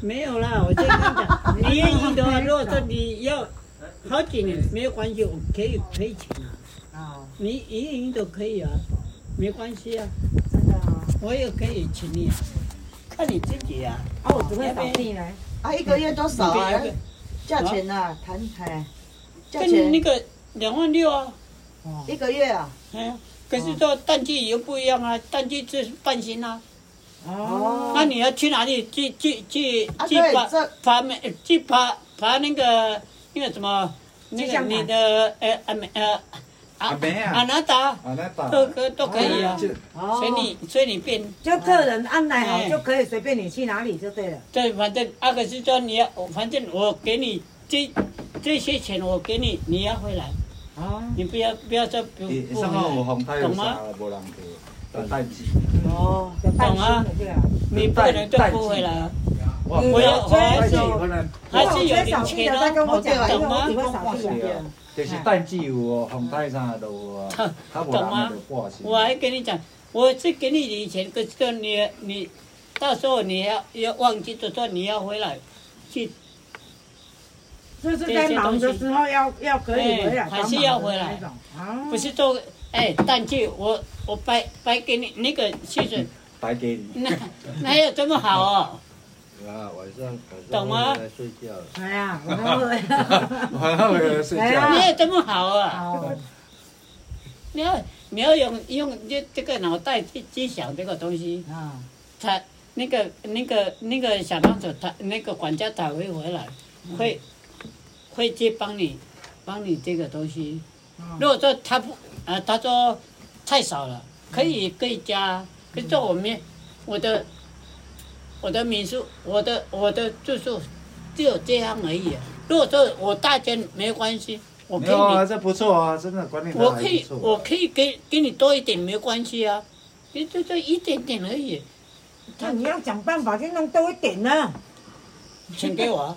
[SPEAKER 1] 没有啦，我先跟你 讲，你愿意的话，如果说你要好几年没有关系，我可以赔钱啊，
[SPEAKER 7] 哦，
[SPEAKER 1] 你愿意都可以啊，没关系啊，
[SPEAKER 7] 真的哦。
[SPEAKER 1] 我也可以请你、啊，看你自己啊。
[SPEAKER 2] 啊，我只会扫地呢。
[SPEAKER 7] 啊，一个月多少啊
[SPEAKER 1] 你可以？
[SPEAKER 7] 价钱啊，谈谈，价
[SPEAKER 1] 跟那
[SPEAKER 7] 钱
[SPEAKER 1] 个两万六啊，
[SPEAKER 7] 一个月啊？
[SPEAKER 1] 哎呀，可是说淡季又不一样啊，淡季就是半薪啊，
[SPEAKER 7] 哦
[SPEAKER 1] 那你要去哪里去去去
[SPEAKER 7] 啊，
[SPEAKER 1] 去
[SPEAKER 7] 对，
[SPEAKER 1] 爬
[SPEAKER 7] 这
[SPEAKER 1] 爬没去爬爬那个那个什么那
[SPEAKER 2] 气
[SPEAKER 1] 个
[SPEAKER 2] 象
[SPEAKER 1] 你
[SPEAKER 2] 台
[SPEAKER 1] 的呃呃呃
[SPEAKER 6] 阿
[SPEAKER 1] 啊
[SPEAKER 6] 梅
[SPEAKER 1] 啊
[SPEAKER 6] 啊，
[SPEAKER 1] 那达
[SPEAKER 6] 啊那打。
[SPEAKER 1] 都可都可以啊。
[SPEAKER 6] 这
[SPEAKER 7] 哦
[SPEAKER 1] 随你随你便，
[SPEAKER 2] 就客人安排好
[SPEAKER 1] 哎
[SPEAKER 2] 就可以随便你去哪里就对了。
[SPEAKER 1] 对，反正阿可是说你要，我反正我给你这这些钱，我给你，你要回来，
[SPEAKER 2] 哦，
[SPEAKER 1] 你不要不要说不
[SPEAKER 6] 伊
[SPEAKER 1] 不
[SPEAKER 6] 上好有风台有
[SPEAKER 1] 懂
[SPEAKER 6] 啥
[SPEAKER 1] 吗？
[SPEAKER 6] 无人去，就淡季。
[SPEAKER 7] 哦，
[SPEAKER 2] 有半
[SPEAKER 1] 懂啊
[SPEAKER 2] 薪的对啊。
[SPEAKER 1] 你不可能就不回来啊，
[SPEAKER 6] 我
[SPEAKER 2] 不要我
[SPEAKER 6] 淡
[SPEAKER 2] 还
[SPEAKER 6] 季
[SPEAKER 2] 是
[SPEAKER 6] 可能
[SPEAKER 1] 还
[SPEAKER 2] 我
[SPEAKER 1] 是有
[SPEAKER 2] 缺
[SPEAKER 1] 点
[SPEAKER 2] 扫地
[SPEAKER 1] 钱
[SPEAKER 2] 的，再跟
[SPEAKER 1] 哦。
[SPEAKER 2] 我讲，因为
[SPEAKER 1] 懂吗
[SPEAKER 2] 我只会扫地啊。
[SPEAKER 6] 对啊，就是淡季有哦，风台啥都有啊，较无人就挂心。
[SPEAKER 1] 我还跟你讲，我是给你以前，可是说你你到时候你要要忘记，就说你要回来，去
[SPEAKER 2] 就是在忙的时候要要可以回来，
[SPEAKER 1] 哎还是要回来
[SPEAKER 2] 帮忙的那种。
[SPEAKER 1] 不
[SPEAKER 2] 不
[SPEAKER 1] 是说哎淡季我我白白给你那个薪水，
[SPEAKER 6] 白给你。
[SPEAKER 1] 那哪有这么好 哦？
[SPEAKER 3] 啊，晚上晚上
[SPEAKER 1] 懂吗
[SPEAKER 3] 回来睡觉了。
[SPEAKER 2] 哎呀，我们
[SPEAKER 6] 我要回来睡觉。
[SPEAKER 1] 哪有这么好啊？
[SPEAKER 2] 好，
[SPEAKER 1] 你要你要用用这这个脑袋去去想这个东西，
[SPEAKER 2] 啊，
[SPEAKER 1] 才那个那个那个小帮手他那个管家才会回来，
[SPEAKER 6] 嗯
[SPEAKER 1] 会会去帮你帮你这个东西。
[SPEAKER 6] 嗯
[SPEAKER 1] 如果说他不呃他说太少了，
[SPEAKER 6] 嗯
[SPEAKER 1] 可以可以加，可是我们我的我的民宿我的我的住宿只有这样而已啊。如果说我大间没关系，我
[SPEAKER 6] 没
[SPEAKER 1] 可
[SPEAKER 6] 有啊，
[SPEAKER 1] 以
[SPEAKER 6] 这不错啊，真的管理
[SPEAKER 1] 我
[SPEAKER 6] 的还
[SPEAKER 1] 可以
[SPEAKER 6] 不
[SPEAKER 1] 我
[SPEAKER 6] 错。
[SPEAKER 1] 可以给给你多一点没关系啊，就就就一点点而 已，
[SPEAKER 2] 那你要想办法去弄多一点呢。
[SPEAKER 1] 钱给我啊。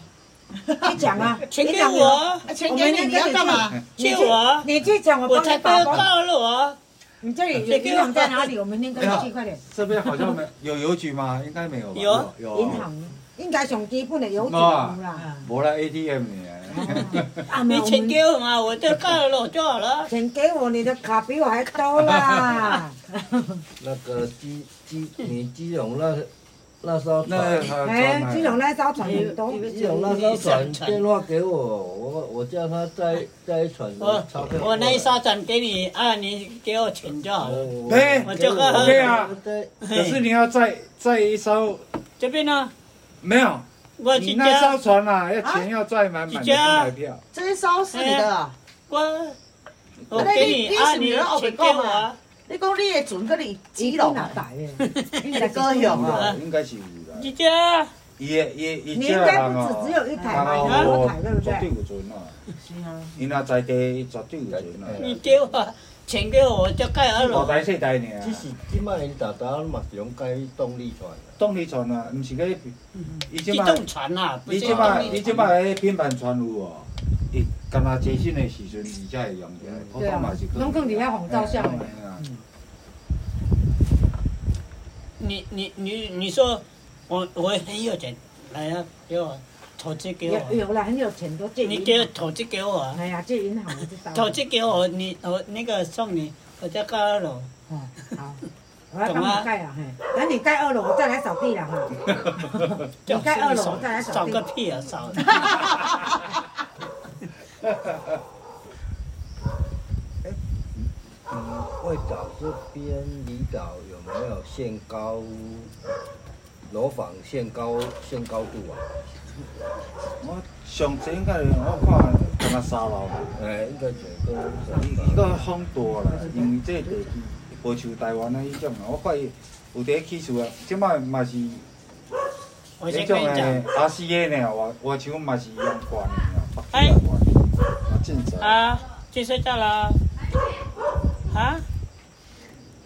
[SPEAKER 2] 去讲啊，
[SPEAKER 1] 钱
[SPEAKER 2] 你
[SPEAKER 1] 给
[SPEAKER 2] 讲
[SPEAKER 1] 我啊，
[SPEAKER 7] 啊钱给你，你要干嘛？
[SPEAKER 1] 借我啊，
[SPEAKER 2] 你去讲，我
[SPEAKER 1] 我
[SPEAKER 2] 帮
[SPEAKER 1] 才
[SPEAKER 2] 你
[SPEAKER 1] 不要
[SPEAKER 2] 把关。
[SPEAKER 1] 告了我啊。
[SPEAKER 2] 你这里有银行在哪里？我明天跟你去，快点。
[SPEAKER 6] 这边好像没有邮局吗？应该没有吧？
[SPEAKER 1] 有啊
[SPEAKER 6] 有
[SPEAKER 2] 银行应该上基本的有几啦。
[SPEAKER 6] 无啦 ATM 呢？
[SPEAKER 2] 啊，
[SPEAKER 1] 你钱给
[SPEAKER 2] 我
[SPEAKER 1] 我嘛，我就告了我就好了
[SPEAKER 2] 们。钱给我，你的卡比我还多啦。
[SPEAKER 9] 那个基基，你基隆那那艘
[SPEAKER 6] 那
[SPEAKER 9] 船，
[SPEAKER 2] 哎，
[SPEAKER 6] 哎，
[SPEAKER 2] 基隆那艘船很多，
[SPEAKER 9] 基隆那艘船电话给我，我我叫他载载船
[SPEAKER 1] 我
[SPEAKER 9] 的钞票过来。
[SPEAKER 1] 我那一沙展给你啊，你给我钱就好了。
[SPEAKER 9] 我，
[SPEAKER 6] 哎
[SPEAKER 1] 我就喝喝
[SPEAKER 6] 对啊，
[SPEAKER 9] 对，
[SPEAKER 6] 可是你要再再一艘
[SPEAKER 1] 这边呢，
[SPEAKER 6] 没有？
[SPEAKER 1] 我
[SPEAKER 6] 你
[SPEAKER 1] 去
[SPEAKER 6] 那艘
[SPEAKER 1] 家，
[SPEAKER 6] 船啊，要钱要载满满的买票。
[SPEAKER 7] 这一艘是你的啊，
[SPEAKER 1] 我我给你啊，你钱给我啊。
[SPEAKER 7] 你讲你的船搁伫基隆
[SPEAKER 2] 哪
[SPEAKER 7] 啊？
[SPEAKER 2] 摆的？
[SPEAKER 7] 你的高雄啊？
[SPEAKER 6] 应该是有啦
[SPEAKER 1] 你。家
[SPEAKER 6] 伊的伊
[SPEAKER 2] 你
[SPEAKER 6] 伊
[SPEAKER 2] 应
[SPEAKER 6] 家
[SPEAKER 2] 该
[SPEAKER 6] 人
[SPEAKER 2] 不
[SPEAKER 6] 哦
[SPEAKER 2] 止只，有一台吧？
[SPEAKER 6] 然
[SPEAKER 2] 有很多
[SPEAKER 6] 后
[SPEAKER 2] 台对不
[SPEAKER 6] 绝对
[SPEAKER 2] 对？
[SPEAKER 6] 有船啊。伊若在地绝对有船
[SPEAKER 1] 你
[SPEAKER 6] 啊。
[SPEAKER 1] 给我钱给我，我就盖二
[SPEAKER 6] 大
[SPEAKER 1] 楼。
[SPEAKER 6] 台细台尔
[SPEAKER 3] 只。是即摆因大大嘛是用改动力船啦，
[SPEAKER 6] 动力船啊，毋是个，伊即
[SPEAKER 1] 机
[SPEAKER 6] 摆。
[SPEAKER 1] 动船啊，不
[SPEAKER 6] 你
[SPEAKER 1] 是
[SPEAKER 6] 即
[SPEAKER 1] 动
[SPEAKER 6] 摆，
[SPEAKER 1] 力
[SPEAKER 6] 你即摆迄品牌船有哦，伊干那节省的时阵，伊才会用起来，普
[SPEAKER 2] 啊
[SPEAKER 6] 通嘛是去。
[SPEAKER 2] 拢放伫遐红照相的
[SPEAKER 6] 嗯哎。哎哎
[SPEAKER 1] 你你你你说我我很有钱，来呀，给我投资给
[SPEAKER 2] 有
[SPEAKER 1] 我，
[SPEAKER 2] 有了很有钱都借
[SPEAKER 1] 你给
[SPEAKER 2] 银
[SPEAKER 1] 我
[SPEAKER 2] 行，
[SPEAKER 1] 投资给我啊，
[SPEAKER 2] 哎呀，借银行我知道。
[SPEAKER 1] 投资给我，你我那个送你，我在高二楼，
[SPEAKER 2] 哦，好，我要帮你盖啊，嘿，等你盖二楼，我再来扫地了哈。你盖二楼，我再来
[SPEAKER 1] 扫
[SPEAKER 2] 扫
[SPEAKER 1] 个
[SPEAKER 2] 地。
[SPEAKER 1] 屁啊， 扫！
[SPEAKER 3] 嗯，会岛这边离岛有没有限高楼房限高限高度啊？
[SPEAKER 6] 我上次应该我看敢若三楼嘛，
[SPEAKER 3] 哎，应该整个
[SPEAKER 6] 伊个风大啦，因为这地区无像台湾啊迄种啊，我看伊有伫起厝啊，即摆嘛是
[SPEAKER 1] 我
[SPEAKER 6] 迄
[SPEAKER 1] 先
[SPEAKER 6] 种
[SPEAKER 1] 跟你讲
[SPEAKER 6] 诶，阿四个呢，外外墙嘛是一样悬的，北
[SPEAKER 1] 哎
[SPEAKER 6] 京悬的，啊真侪。
[SPEAKER 1] 啊，去睡觉啦，啊。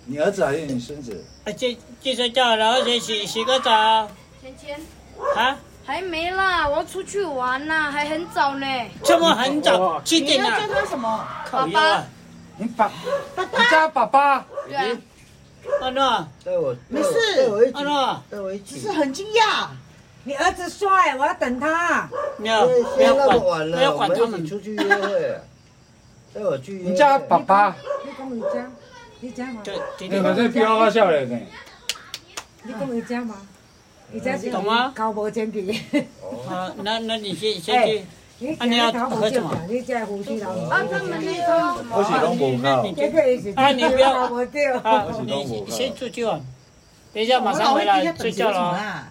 [SPEAKER 6] 你儿子还是你孙子？
[SPEAKER 1] 啊，去去睡觉，然后先洗洗个澡啊？
[SPEAKER 11] 芊芊，还没啦，我要出去玩啦，还很早呢。
[SPEAKER 1] 这么很早，七
[SPEAKER 7] 你
[SPEAKER 1] 点
[SPEAKER 7] 要叫
[SPEAKER 1] 了，
[SPEAKER 7] 他什么？
[SPEAKER 1] 烤鸭啊！
[SPEAKER 6] 你爸，你家爸爸，
[SPEAKER 11] 对啊，
[SPEAKER 1] 阿诺，
[SPEAKER 3] 带我
[SPEAKER 7] 没事，
[SPEAKER 1] 阿诺，
[SPEAKER 3] 带我一
[SPEAKER 7] 只
[SPEAKER 3] 起
[SPEAKER 7] 是。很惊讶。
[SPEAKER 2] 你儿子帅，我要等他。
[SPEAKER 1] 没有
[SPEAKER 3] 对，
[SPEAKER 1] 不
[SPEAKER 3] 现
[SPEAKER 1] 要
[SPEAKER 3] 在那么
[SPEAKER 1] 管，
[SPEAKER 3] 晚
[SPEAKER 1] 不要
[SPEAKER 3] 了，我
[SPEAKER 1] 管
[SPEAKER 3] 们
[SPEAKER 1] 他
[SPEAKER 3] 一
[SPEAKER 1] 们
[SPEAKER 3] 起。出去约会。带我去约会。
[SPEAKER 6] 你家爸爸，
[SPEAKER 2] 你讲你家，你家吗？
[SPEAKER 1] 对，对
[SPEAKER 6] 你们
[SPEAKER 1] 对，
[SPEAKER 6] 这彪啊笑脸呢？
[SPEAKER 2] 你讲你家吗？你家是
[SPEAKER 1] 懂吗
[SPEAKER 2] 交无钱去，
[SPEAKER 1] 好，那那你去先去，
[SPEAKER 2] 你
[SPEAKER 1] 啊你要
[SPEAKER 2] 家交无
[SPEAKER 1] 喝
[SPEAKER 2] 钱
[SPEAKER 1] 什么
[SPEAKER 2] 你家胡须老母。
[SPEAKER 11] 啊，他们那个什
[SPEAKER 6] 我是
[SPEAKER 11] 么，
[SPEAKER 6] 拢无
[SPEAKER 1] 那
[SPEAKER 6] 靠
[SPEAKER 1] 你，
[SPEAKER 2] 这
[SPEAKER 1] 去
[SPEAKER 2] 个也是
[SPEAKER 1] 啊你不要
[SPEAKER 2] 交无掉。
[SPEAKER 1] 啊
[SPEAKER 6] 我，是都无
[SPEAKER 1] 你
[SPEAKER 6] 看
[SPEAKER 1] 先出去玩，等一下马
[SPEAKER 7] 我
[SPEAKER 1] 上
[SPEAKER 7] 老
[SPEAKER 1] 回
[SPEAKER 7] 会
[SPEAKER 1] 来
[SPEAKER 7] 在
[SPEAKER 1] 睡
[SPEAKER 7] 等
[SPEAKER 1] 觉
[SPEAKER 7] 什
[SPEAKER 1] 了
[SPEAKER 7] 么
[SPEAKER 1] 哦。
[SPEAKER 7] 啊？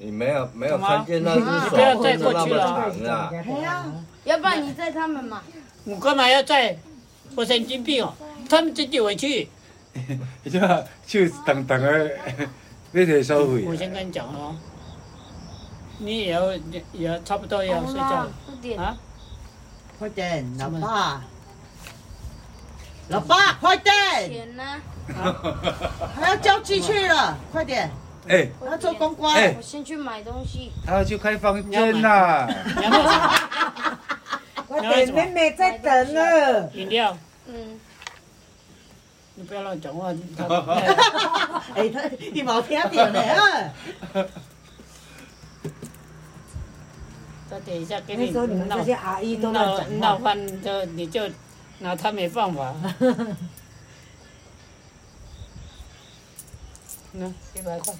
[SPEAKER 3] 你没有没有
[SPEAKER 1] 干嘛
[SPEAKER 3] 看见那只手
[SPEAKER 1] 不要再
[SPEAKER 3] 伸的
[SPEAKER 1] 过
[SPEAKER 3] 那
[SPEAKER 1] 去了
[SPEAKER 3] 么长啊？
[SPEAKER 7] 哎呀，
[SPEAKER 11] 要不然你载他们嘛。
[SPEAKER 1] 我干嘛要在？我神经病哦！他们自己回去。
[SPEAKER 6] 伊只手长长的，你得收
[SPEAKER 1] 我
[SPEAKER 6] 费
[SPEAKER 1] 先。跟你讲哦，你也要也也差不多也要睡觉了
[SPEAKER 11] 快点，
[SPEAKER 1] 啊。
[SPEAKER 7] 快点，老
[SPEAKER 1] 什么
[SPEAKER 7] 爸，老爸，快点，
[SPEAKER 11] 钱呢？
[SPEAKER 7] 还要交际去了，快点，
[SPEAKER 6] 哎，
[SPEAKER 7] 我要做公关。
[SPEAKER 6] 哎
[SPEAKER 11] 我先去买东西。
[SPEAKER 6] 他要去开房间啦。
[SPEAKER 1] 你要不要吃
[SPEAKER 2] 我等妹妹在等了。
[SPEAKER 1] 饮料？
[SPEAKER 11] 嗯，
[SPEAKER 1] 你不要乱讲话。
[SPEAKER 7] 哎，他你冇听到呢？啊
[SPEAKER 1] 他等一下给
[SPEAKER 2] 那
[SPEAKER 1] 你
[SPEAKER 2] 时候你们
[SPEAKER 1] 闹
[SPEAKER 2] 这些阿姨都
[SPEAKER 1] 闹
[SPEAKER 2] 乱
[SPEAKER 1] 闹
[SPEAKER 2] 讲话。
[SPEAKER 1] 翻，就你就拿他没办法。 那一百块。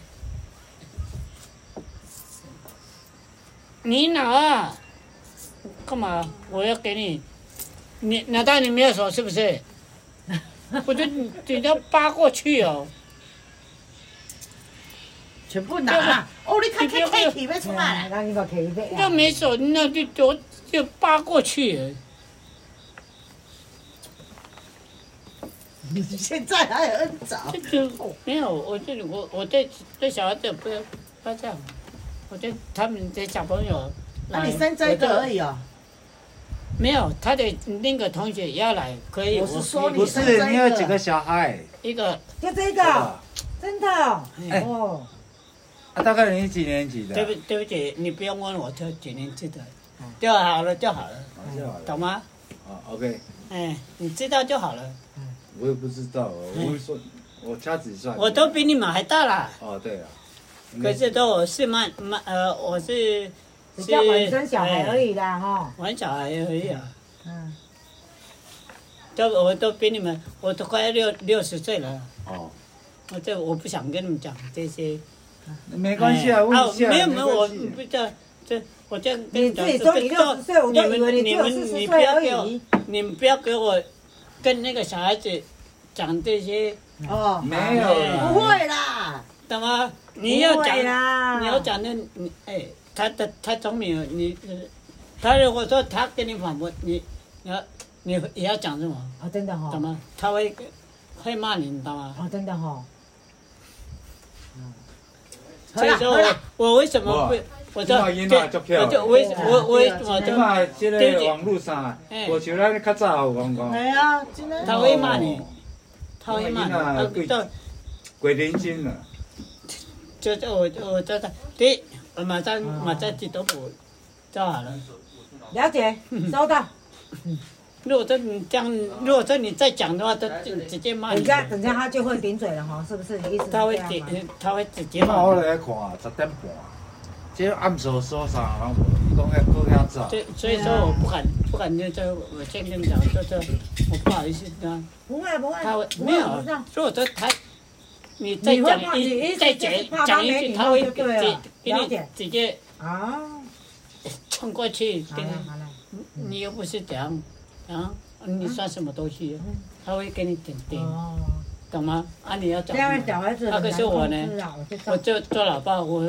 [SPEAKER 1] 你拿啊？干嘛？我要给你，你难道你没有手是不 是？我就你要扒过去哦。
[SPEAKER 7] 全部拿。哦，你看
[SPEAKER 1] 你不要
[SPEAKER 7] 看看，体会出来了。
[SPEAKER 2] 那你个可以
[SPEAKER 1] 要没手，那就就就扒过去。
[SPEAKER 7] 你现在还有恩找
[SPEAKER 1] 这就没有，我这我我对对小孩子不要不要这样，我对他们的小朋友来。
[SPEAKER 7] 那啊你生这个而已哦。
[SPEAKER 1] 没有，他的那个同学也要来，可以。
[SPEAKER 7] 我是说
[SPEAKER 1] 可以
[SPEAKER 6] 不
[SPEAKER 7] 你
[SPEAKER 6] 是，你有几个小孩？
[SPEAKER 1] 一个
[SPEAKER 2] 就这个，真的哦。
[SPEAKER 6] 哎
[SPEAKER 2] 哦，
[SPEAKER 6] 啊，大概你几年级的？
[SPEAKER 1] 对不对不起，你不用问我这几年级的，就好了就好了，
[SPEAKER 6] 啊
[SPEAKER 1] 懂吗？
[SPEAKER 6] ，OK，
[SPEAKER 1] 哎，你知道就好了，
[SPEAKER 6] 我也不知道，我说我掐指算。
[SPEAKER 1] 我都比你们还大啦，
[SPEAKER 6] 哦，对啊。
[SPEAKER 1] 可是都我是慢慢呃，我是
[SPEAKER 2] 只叫晚生
[SPEAKER 1] 是
[SPEAKER 2] 小孩
[SPEAKER 1] 哎
[SPEAKER 2] 而已啦，哈。
[SPEAKER 1] 玩小孩而已啊。
[SPEAKER 2] 嗯。
[SPEAKER 1] 都我都比你们，我都快六六十岁了，
[SPEAKER 6] 哦，
[SPEAKER 1] 我这我不想跟你们讲这些。
[SPEAKER 6] 没关系啊，
[SPEAKER 1] 哎
[SPEAKER 6] 问一下。
[SPEAKER 1] 啊没有没有，我
[SPEAKER 6] 关系
[SPEAKER 1] 不知道这。我这样跟
[SPEAKER 2] 你
[SPEAKER 1] 讲，
[SPEAKER 2] 自己说
[SPEAKER 1] 这这
[SPEAKER 2] 你六十岁，我
[SPEAKER 1] 你
[SPEAKER 2] 都以为
[SPEAKER 1] 们
[SPEAKER 2] 你
[SPEAKER 1] 你
[SPEAKER 2] 只有四
[SPEAKER 1] 们
[SPEAKER 2] 十
[SPEAKER 1] 你不
[SPEAKER 2] 岁
[SPEAKER 1] 要
[SPEAKER 2] 而
[SPEAKER 1] 给我
[SPEAKER 2] 已。，
[SPEAKER 1] 你们不要给我跟那个小孩子讲这些，
[SPEAKER 2] Ờ.
[SPEAKER 7] 哦，
[SPEAKER 6] 没有
[SPEAKER 1] 哎
[SPEAKER 6] 啦。
[SPEAKER 7] 不会啦，
[SPEAKER 1] 懂吗？你要讲
[SPEAKER 2] 不会，啊啦，
[SPEAKER 1] 你要讲的，你哎，他他他聪明，你呃他如果说他跟你反驳，你你要你也要讲什么？
[SPEAKER 2] 哦，真的哈
[SPEAKER 1] 懂，吗？他会会骂你，你知道吗？
[SPEAKER 2] 哦，真的哈，
[SPEAKER 1] 所以说我我为什么不
[SPEAKER 6] 哇？
[SPEAKER 1] 我
[SPEAKER 6] 这
[SPEAKER 1] 就
[SPEAKER 6] 么
[SPEAKER 1] 对，
[SPEAKER 6] 囡仔足漂
[SPEAKER 1] 我
[SPEAKER 6] 亮
[SPEAKER 1] 就为我我我
[SPEAKER 6] 即
[SPEAKER 1] 就
[SPEAKER 6] 嘛，即个网络上啊
[SPEAKER 1] 哎，
[SPEAKER 6] 无像咱较早有讲哦讲，
[SPEAKER 7] 没啊，真的。
[SPEAKER 1] 他会骂你，他会骂
[SPEAKER 6] 哇
[SPEAKER 1] 你，
[SPEAKER 6] 囡
[SPEAKER 1] 对
[SPEAKER 6] 仔对，鬼灵精了。
[SPEAKER 1] 就就我就我就他对，我马上马上去都补就好了。
[SPEAKER 2] 了解，收到。
[SPEAKER 1] 如果说你这样，如果说你再讲的话，他就直接骂你
[SPEAKER 2] 等一。下等一下他就会顶嘴了哈，是不是？你意思是
[SPEAKER 1] 他会
[SPEAKER 2] 这样
[SPEAKER 1] 直
[SPEAKER 2] 吗？，
[SPEAKER 1] 他会直接
[SPEAKER 6] 今
[SPEAKER 1] 骂
[SPEAKER 6] 我
[SPEAKER 1] 你。
[SPEAKER 6] 来看，啊十点半，这暗时所啥人无？伊讲要过遐早，
[SPEAKER 1] 所以所以说我不敢不敢就这，我先跟你讲，就是我不好意思啊。
[SPEAKER 2] 不会不会，
[SPEAKER 1] 他会
[SPEAKER 2] 不
[SPEAKER 1] 没
[SPEAKER 2] 会
[SPEAKER 1] 有
[SPEAKER 2] 不是这样，
[SPEAKER 1] 如果说他，你再
[SPEAKER 2] 你会怕
[SPEAKER 1] 讲
[SPEAKER 2] 你意
[SPEAKER 1] 一
[SPEAKER 2] 思
[SPEAKER 1] 再
[SPEAKER 2] 就
[SPEAKER 1] 讲
[SPEAKER 2] 是怕他
[SPEAKER 1] 讲一
[SPEAKER 2] 没
[SPEAKER 1] 句，
[SPEAKER 2] 礼
[SPEAKER 1] 他
[SPEAKER 2] 貌
[SPEAKER 1] 会
[SPEAKER 2] 就
[SPEAKER 1] 给
[SPEAKER 2] 对了
[SPEAKER 1] 给
[SPEAKER 2] 了
[SPEAKER 1] 你
[SPEAKER 2] 解
[SPEAKER 1] 直接
[SPEAKER 2] 啊，
[SPEAKER 1] 冲过去
[SPEAKER 2] 好
[SPEAKER 1] 跟
[SPEAKER 2] 了
[SPEAKER 1] 你。
[SPEAKER 2] 好了，
[SPEAKER 1] 你又不是讲啊，你算什么东西？他会给你点点，
[SPEAKER 2] 嗯哦，
[SPEAKER 1] 懂吗？啊，你要找
[SPEAKER 2] 这样的小孩子
[SPEAKER 1] 啊，
[SPEAKER 2] 很
[SPEAKER 1] 可
[SPEAKER 2] 难
[SPEAKER 1] 是我
[SPEAKER 2] 控
[SPEAKER 1] 呢
[SPEAKER 2] 制，啊，我知道
[SPEAKER 1] 我，就做老爸，我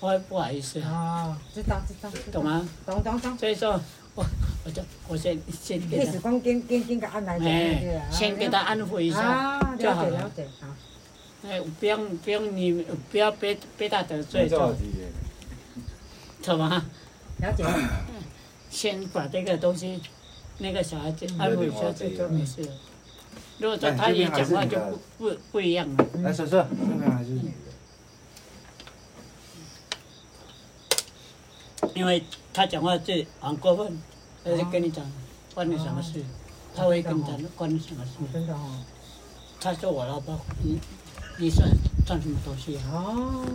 [SPEAKER 1] 我会不好意思，
[SPEAKER 2] 哦，知道知道，知道
[SPEAKER 1] 懂？吗？
[SPEAKER 2] 懂懂懂，
[SPEAKER 1] 所以说，我我就我先先
[SPEAKER 2] 意
[SPEAKER 1] 给
[SPEAKER 2] 思
[SPEAKER 1] 他，
[SPEAKER 2] 光跟跟跟个安来讲，对
[SPEAKER 1] 哎
[SPEAKER 2] 啊，
[SPEAKER 1] 先给他安抚
[SPEAKER 2] À,
[SPEAKER 1] 一下
[SPEAKER 2] 啊，
[SPEAKER 1] 就
[SPEAKER 2] 了
[SPEAKER 1] 好
[SPEAKER 2] 解了
[SPEAKER 1] 了。
[SPEAKER 2] 解，好。
[SPEAKER 1] 哎，不要不要你不要被被他得罪，
[SPEAKER 6] 这
[SPEAKER 1] 懂
[SPEAKER 6] 问题。
[SPEAKER 1] 懂吗？
[SPEAKER 2] 了 解，
[SPEAKER 1] 先把这个东西，那个小孩子安抚
[SPEAKER 6] 嗯
[SPEAKER 1] 一下，这就没事了。如果说
[SPEAKER 6] 哎
[SPEAKER 1] 他
[SPEAKER 6] 这
[SPEAKER 1] 也
[SPEAKER 6] 边还
[SPEAKER 1] 讲
[SPEAKER 6] 是
[SPEAKER 1] 话
[SPEAKER 6] 你
[SPEAKER 1] 就
[SPEAKER 6] 的
[SPEAKER 1] 不不不一样了。
[SPEAKER 6] 来，婶婶，这边还是你的。
[SPEAKER 1] 因为他讲话最很过分，他就跟你讲关你什么
[SPEAKER 2] 哦
[SPEAKER 1] 事，他会跟你讲关你什么事。
[SPEAKER 2] 真的哦。
[SPEAKER 1] 他说我老婆，你你算算什么东西啊？
[SPEAKER 2] 哦，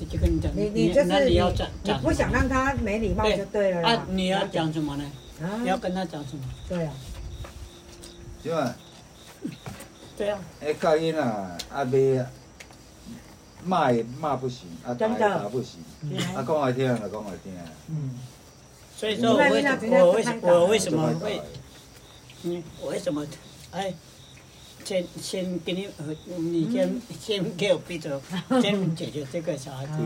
[SPEAKER 1] 他就跟你讲，
[SPEAKER 2] 你你就
[SPEAKER 1] 那
[SPEAKER 2] 是
[SPEAKER 1] 你
[SPEAKER 2] 你
[SPEAKER 1] 要讲
[SPEAKER 2] 你
[SPEAKER 1] 讲什么
[SPEAKER 2] 不想让他没礼貌就对了啦
[SPEAKER 1] 啊？你要讲什么呢？
[SPEAKER 2] 啊
[SPEAKER 1] 你要跟他讲什么？
[SPEAKER 2] 对啊，
[SPEAKER 6] 即嘛，
[SPEAKER 1] 对啊，
[SPEAKER 6] 迄教囡啊，啊袂骂也骂不行，啊打
[SPEAKER 2] 真
[SPEAKER 6] 也
[SPEAKER 2] 的
[SPEAKER 6] 打不行，
[SPEAKER 1] 嗯
[SPEAKER 6] 啊讲好听就讲好听，
[SPEAKER 1] 所以说我
[SPEAKER 2] 你
[SPEAKER 1] 为
[SPEAKER 2] 看你那
[SPEAKER 1] 什
[SPEAKER 2] 直接
[SPEAKER 1] 我为
[SPEAKER 2] 就
[SPEAKER 1] 什
[SPEAKER 2] 看到
[SPEAKER 1] 我
[SPEAKER 2] 了
[SPEAKER 6] 就歹
[SPEAKER 1] 为什么会嗯我为什么哎？先先给你，呃你
[SPEAKER 2] 嗯
[SPEAKER 1] 先先给我闭嘴，先解决这个小孩子。
[SPEAKER 6] 教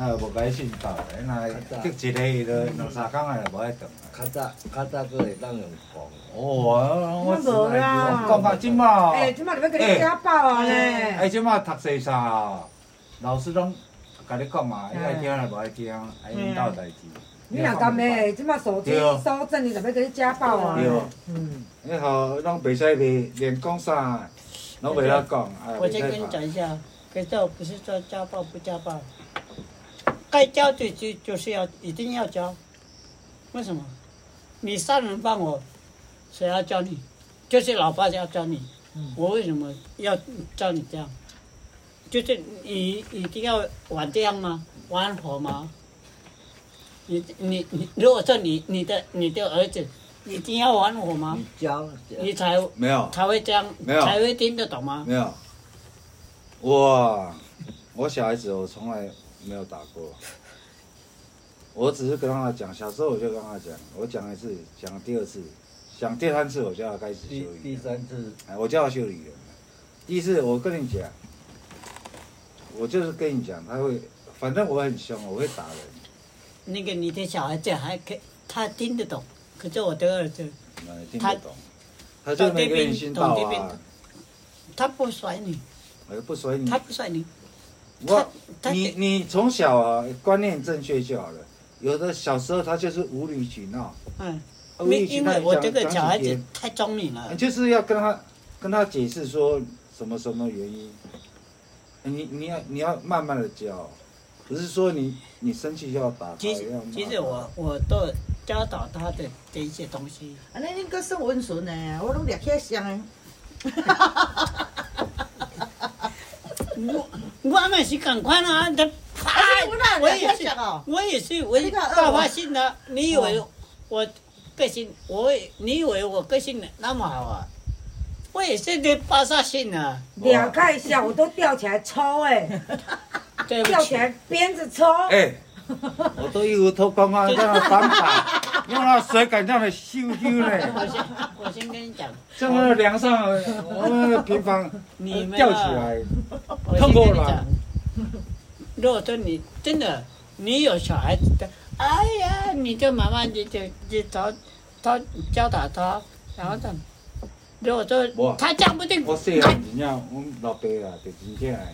[SPEAKER 6] 啊无甲伊训导，那激一个伊就两三工啊就无爱动啊。
[SPEAKER 3] 较早较早佫会当用讲。
[SPEAKER 6] 哦，我
[SPEAKER 2] 那无啦
[SPEAKER 6] 讲到即嘛，
[SPEAKER 2] 哎，今麦你要给你家暴啊嘞？
[SPEAKER 6] 哎，即马读西三啊，老师拢甲你讲嘛，你爱听也无爱听，哎，因兜代志。
[SPEAKER 2] 你若甘
[SPEAKER 1] 哎
[SPEAKER 2] 诶，今麦手机
[SPEAKER 6] 对哦
[SPEAKER 2] 收证，你怎么给你家暴啊
[SPEAKER 6] 对
[SPEAKER 2] 嘞？
[SPEAKER 6] 哦，
[SPEAKER 2] 嗯，
[SPEAKER 6] 你吼拢袂使袂连讲啥，拢袂晓讲，哎，
[SPEAKER 1] 我
[SPEAKER 6] 袂
[SPEAKER 1] 再跟你
[SPEAKER 6] 使
[SPEAKER 1] 讲
[SPEAKER 6] 讲。
[SPEAKER 1] 一下，可是我不是说家暴不家暴，该教就就就是要一定要教，为什么？你杀人放火，谁要教你？就是老爸要教你。我为什么要教你这样？就是你一定要玩这样吗？玩火吗？你你你，如果说你你的你的儿子一定要玩火吗
[SPEAKER 3] 你？教
[SPEAKER 1] 你才
[SPEAKER 6] 没有，
[SPEAKER 1] 才会这样，
[SPEAKER 6] 没有
[SPEAKER 1] 才会听得懂吗？
[SPEAKER 6] 没有。我我小孩子我从来没有打过，我只是跟他讲，小时候我就跟他讲，我讲一次，讲第二次，讲第三次我就要开始修
[SPEAKER 3] 第
[SPEAKER 6] 理。
[SPEAKER 3] 第三次
[SPEAKER 6] 哎，我叫他修理员。第一次我跟你讲，我就是跟你讲，他会，反正我很凶，我会打人。
[SPEAKER 1] 那个你的小孩子还可以他听得懂，可是我的儿子
[SPEAKER 6] 那你听
[SPEAKER 1] 他
[SPEAKER 6] 不懂，他就没跟你心到
[SPEAKER 1] 懂这边
[SPEAKER 6] 啊，
[SPEAKER 1] 他不甩你，
[SPEAKER 6] 我就不甩你
[SPEAKER 1] 他。不甩你，
[SPEAKER 6] 我
[SPEAKER 1] 他
[SPEAKER 6] 你你从小啊观念正确就好了。有的小时候他就是无理取闹，
[SPEAKER 1] 嗯，
[SPEAKER 6] 无
[SPEAKER 1] 因
[SPEAKER 6] 理取
[SPEAKER 1] 因
[SPEAKER 6] 闹
[SPEAKER 1] 为
[SPEAKER 6] 讲
[SPEAKER 1] 我这个
[SPEAKER 6] 讲几
[SPEAKER 1] 小孩子
[SPEAKER 6] 天
[SPEAKER 1] 太聪明了
[SPEAKER 6] 你，就是要跟他跟他解释说什么什么原因，你你要你要慢慢的教，不是说你你生气就要打他，
[SPEAKER 1] 其实
[SPEAKER 6] 要骂
[SPEAKER 1] 其实
[SPEAKER 6] 他
[SPEAKER 1] 我我都教导他的这一些东西，
[SPEAKER 7] 安尼恁阁算温顺呢，我拢掠起来伤的。
[SPEAKER 1] 我我们是赶快啊，他啪
[SPEAKER 7] 你有哪，
[SPEAKER 1] 我
[SPEAKER 7] 有
[SPEAKER 1] 也
[SPEAKER 7] 这
[SPEAKER 1] 是
[SPEAKER 6] 哎
[SPEAKER 7] 样哦
[SPEAKER 1] 我也是我
[SPEAKER 7] 你看
[SPEAKER 1] 爆发性的，你以为我个性我也你以为我个性那么好啊？我也是的爆炸性啊，
[SPEAKER 2] 两看一下，我都吊起来抽哎，
[SPEAKER 1] 对不
[SPEAKER 2] 吊
[SPEAKER 1] 起
[SPEAKER 2] 起。来鞭子抽。
[SPEAKER 6] 哎、我都一无脱光光，让他反打，用那水杆让他咻咻
[SPEAKER 1] 我
[SPEAKER 6] 呢，
[SPEAKER 1] 先啊我先跟你讲，
[SPEAKER 6] 这么梁上我们那个平房
[SPEAKER 1] 你们啊
[SPEAKER 6] 吊起来，
[SPEAKER 1] 我先跟你讲，如果说你真的你有小孩子的，哎呀，你就慢慢你就你找他教导他，然后等。如果说
[SPEAKER 6] 我
[SPEAKER 1] 他讲不定，
[SPEAKER 6] 我细汉真正，阮老爸啊就真正的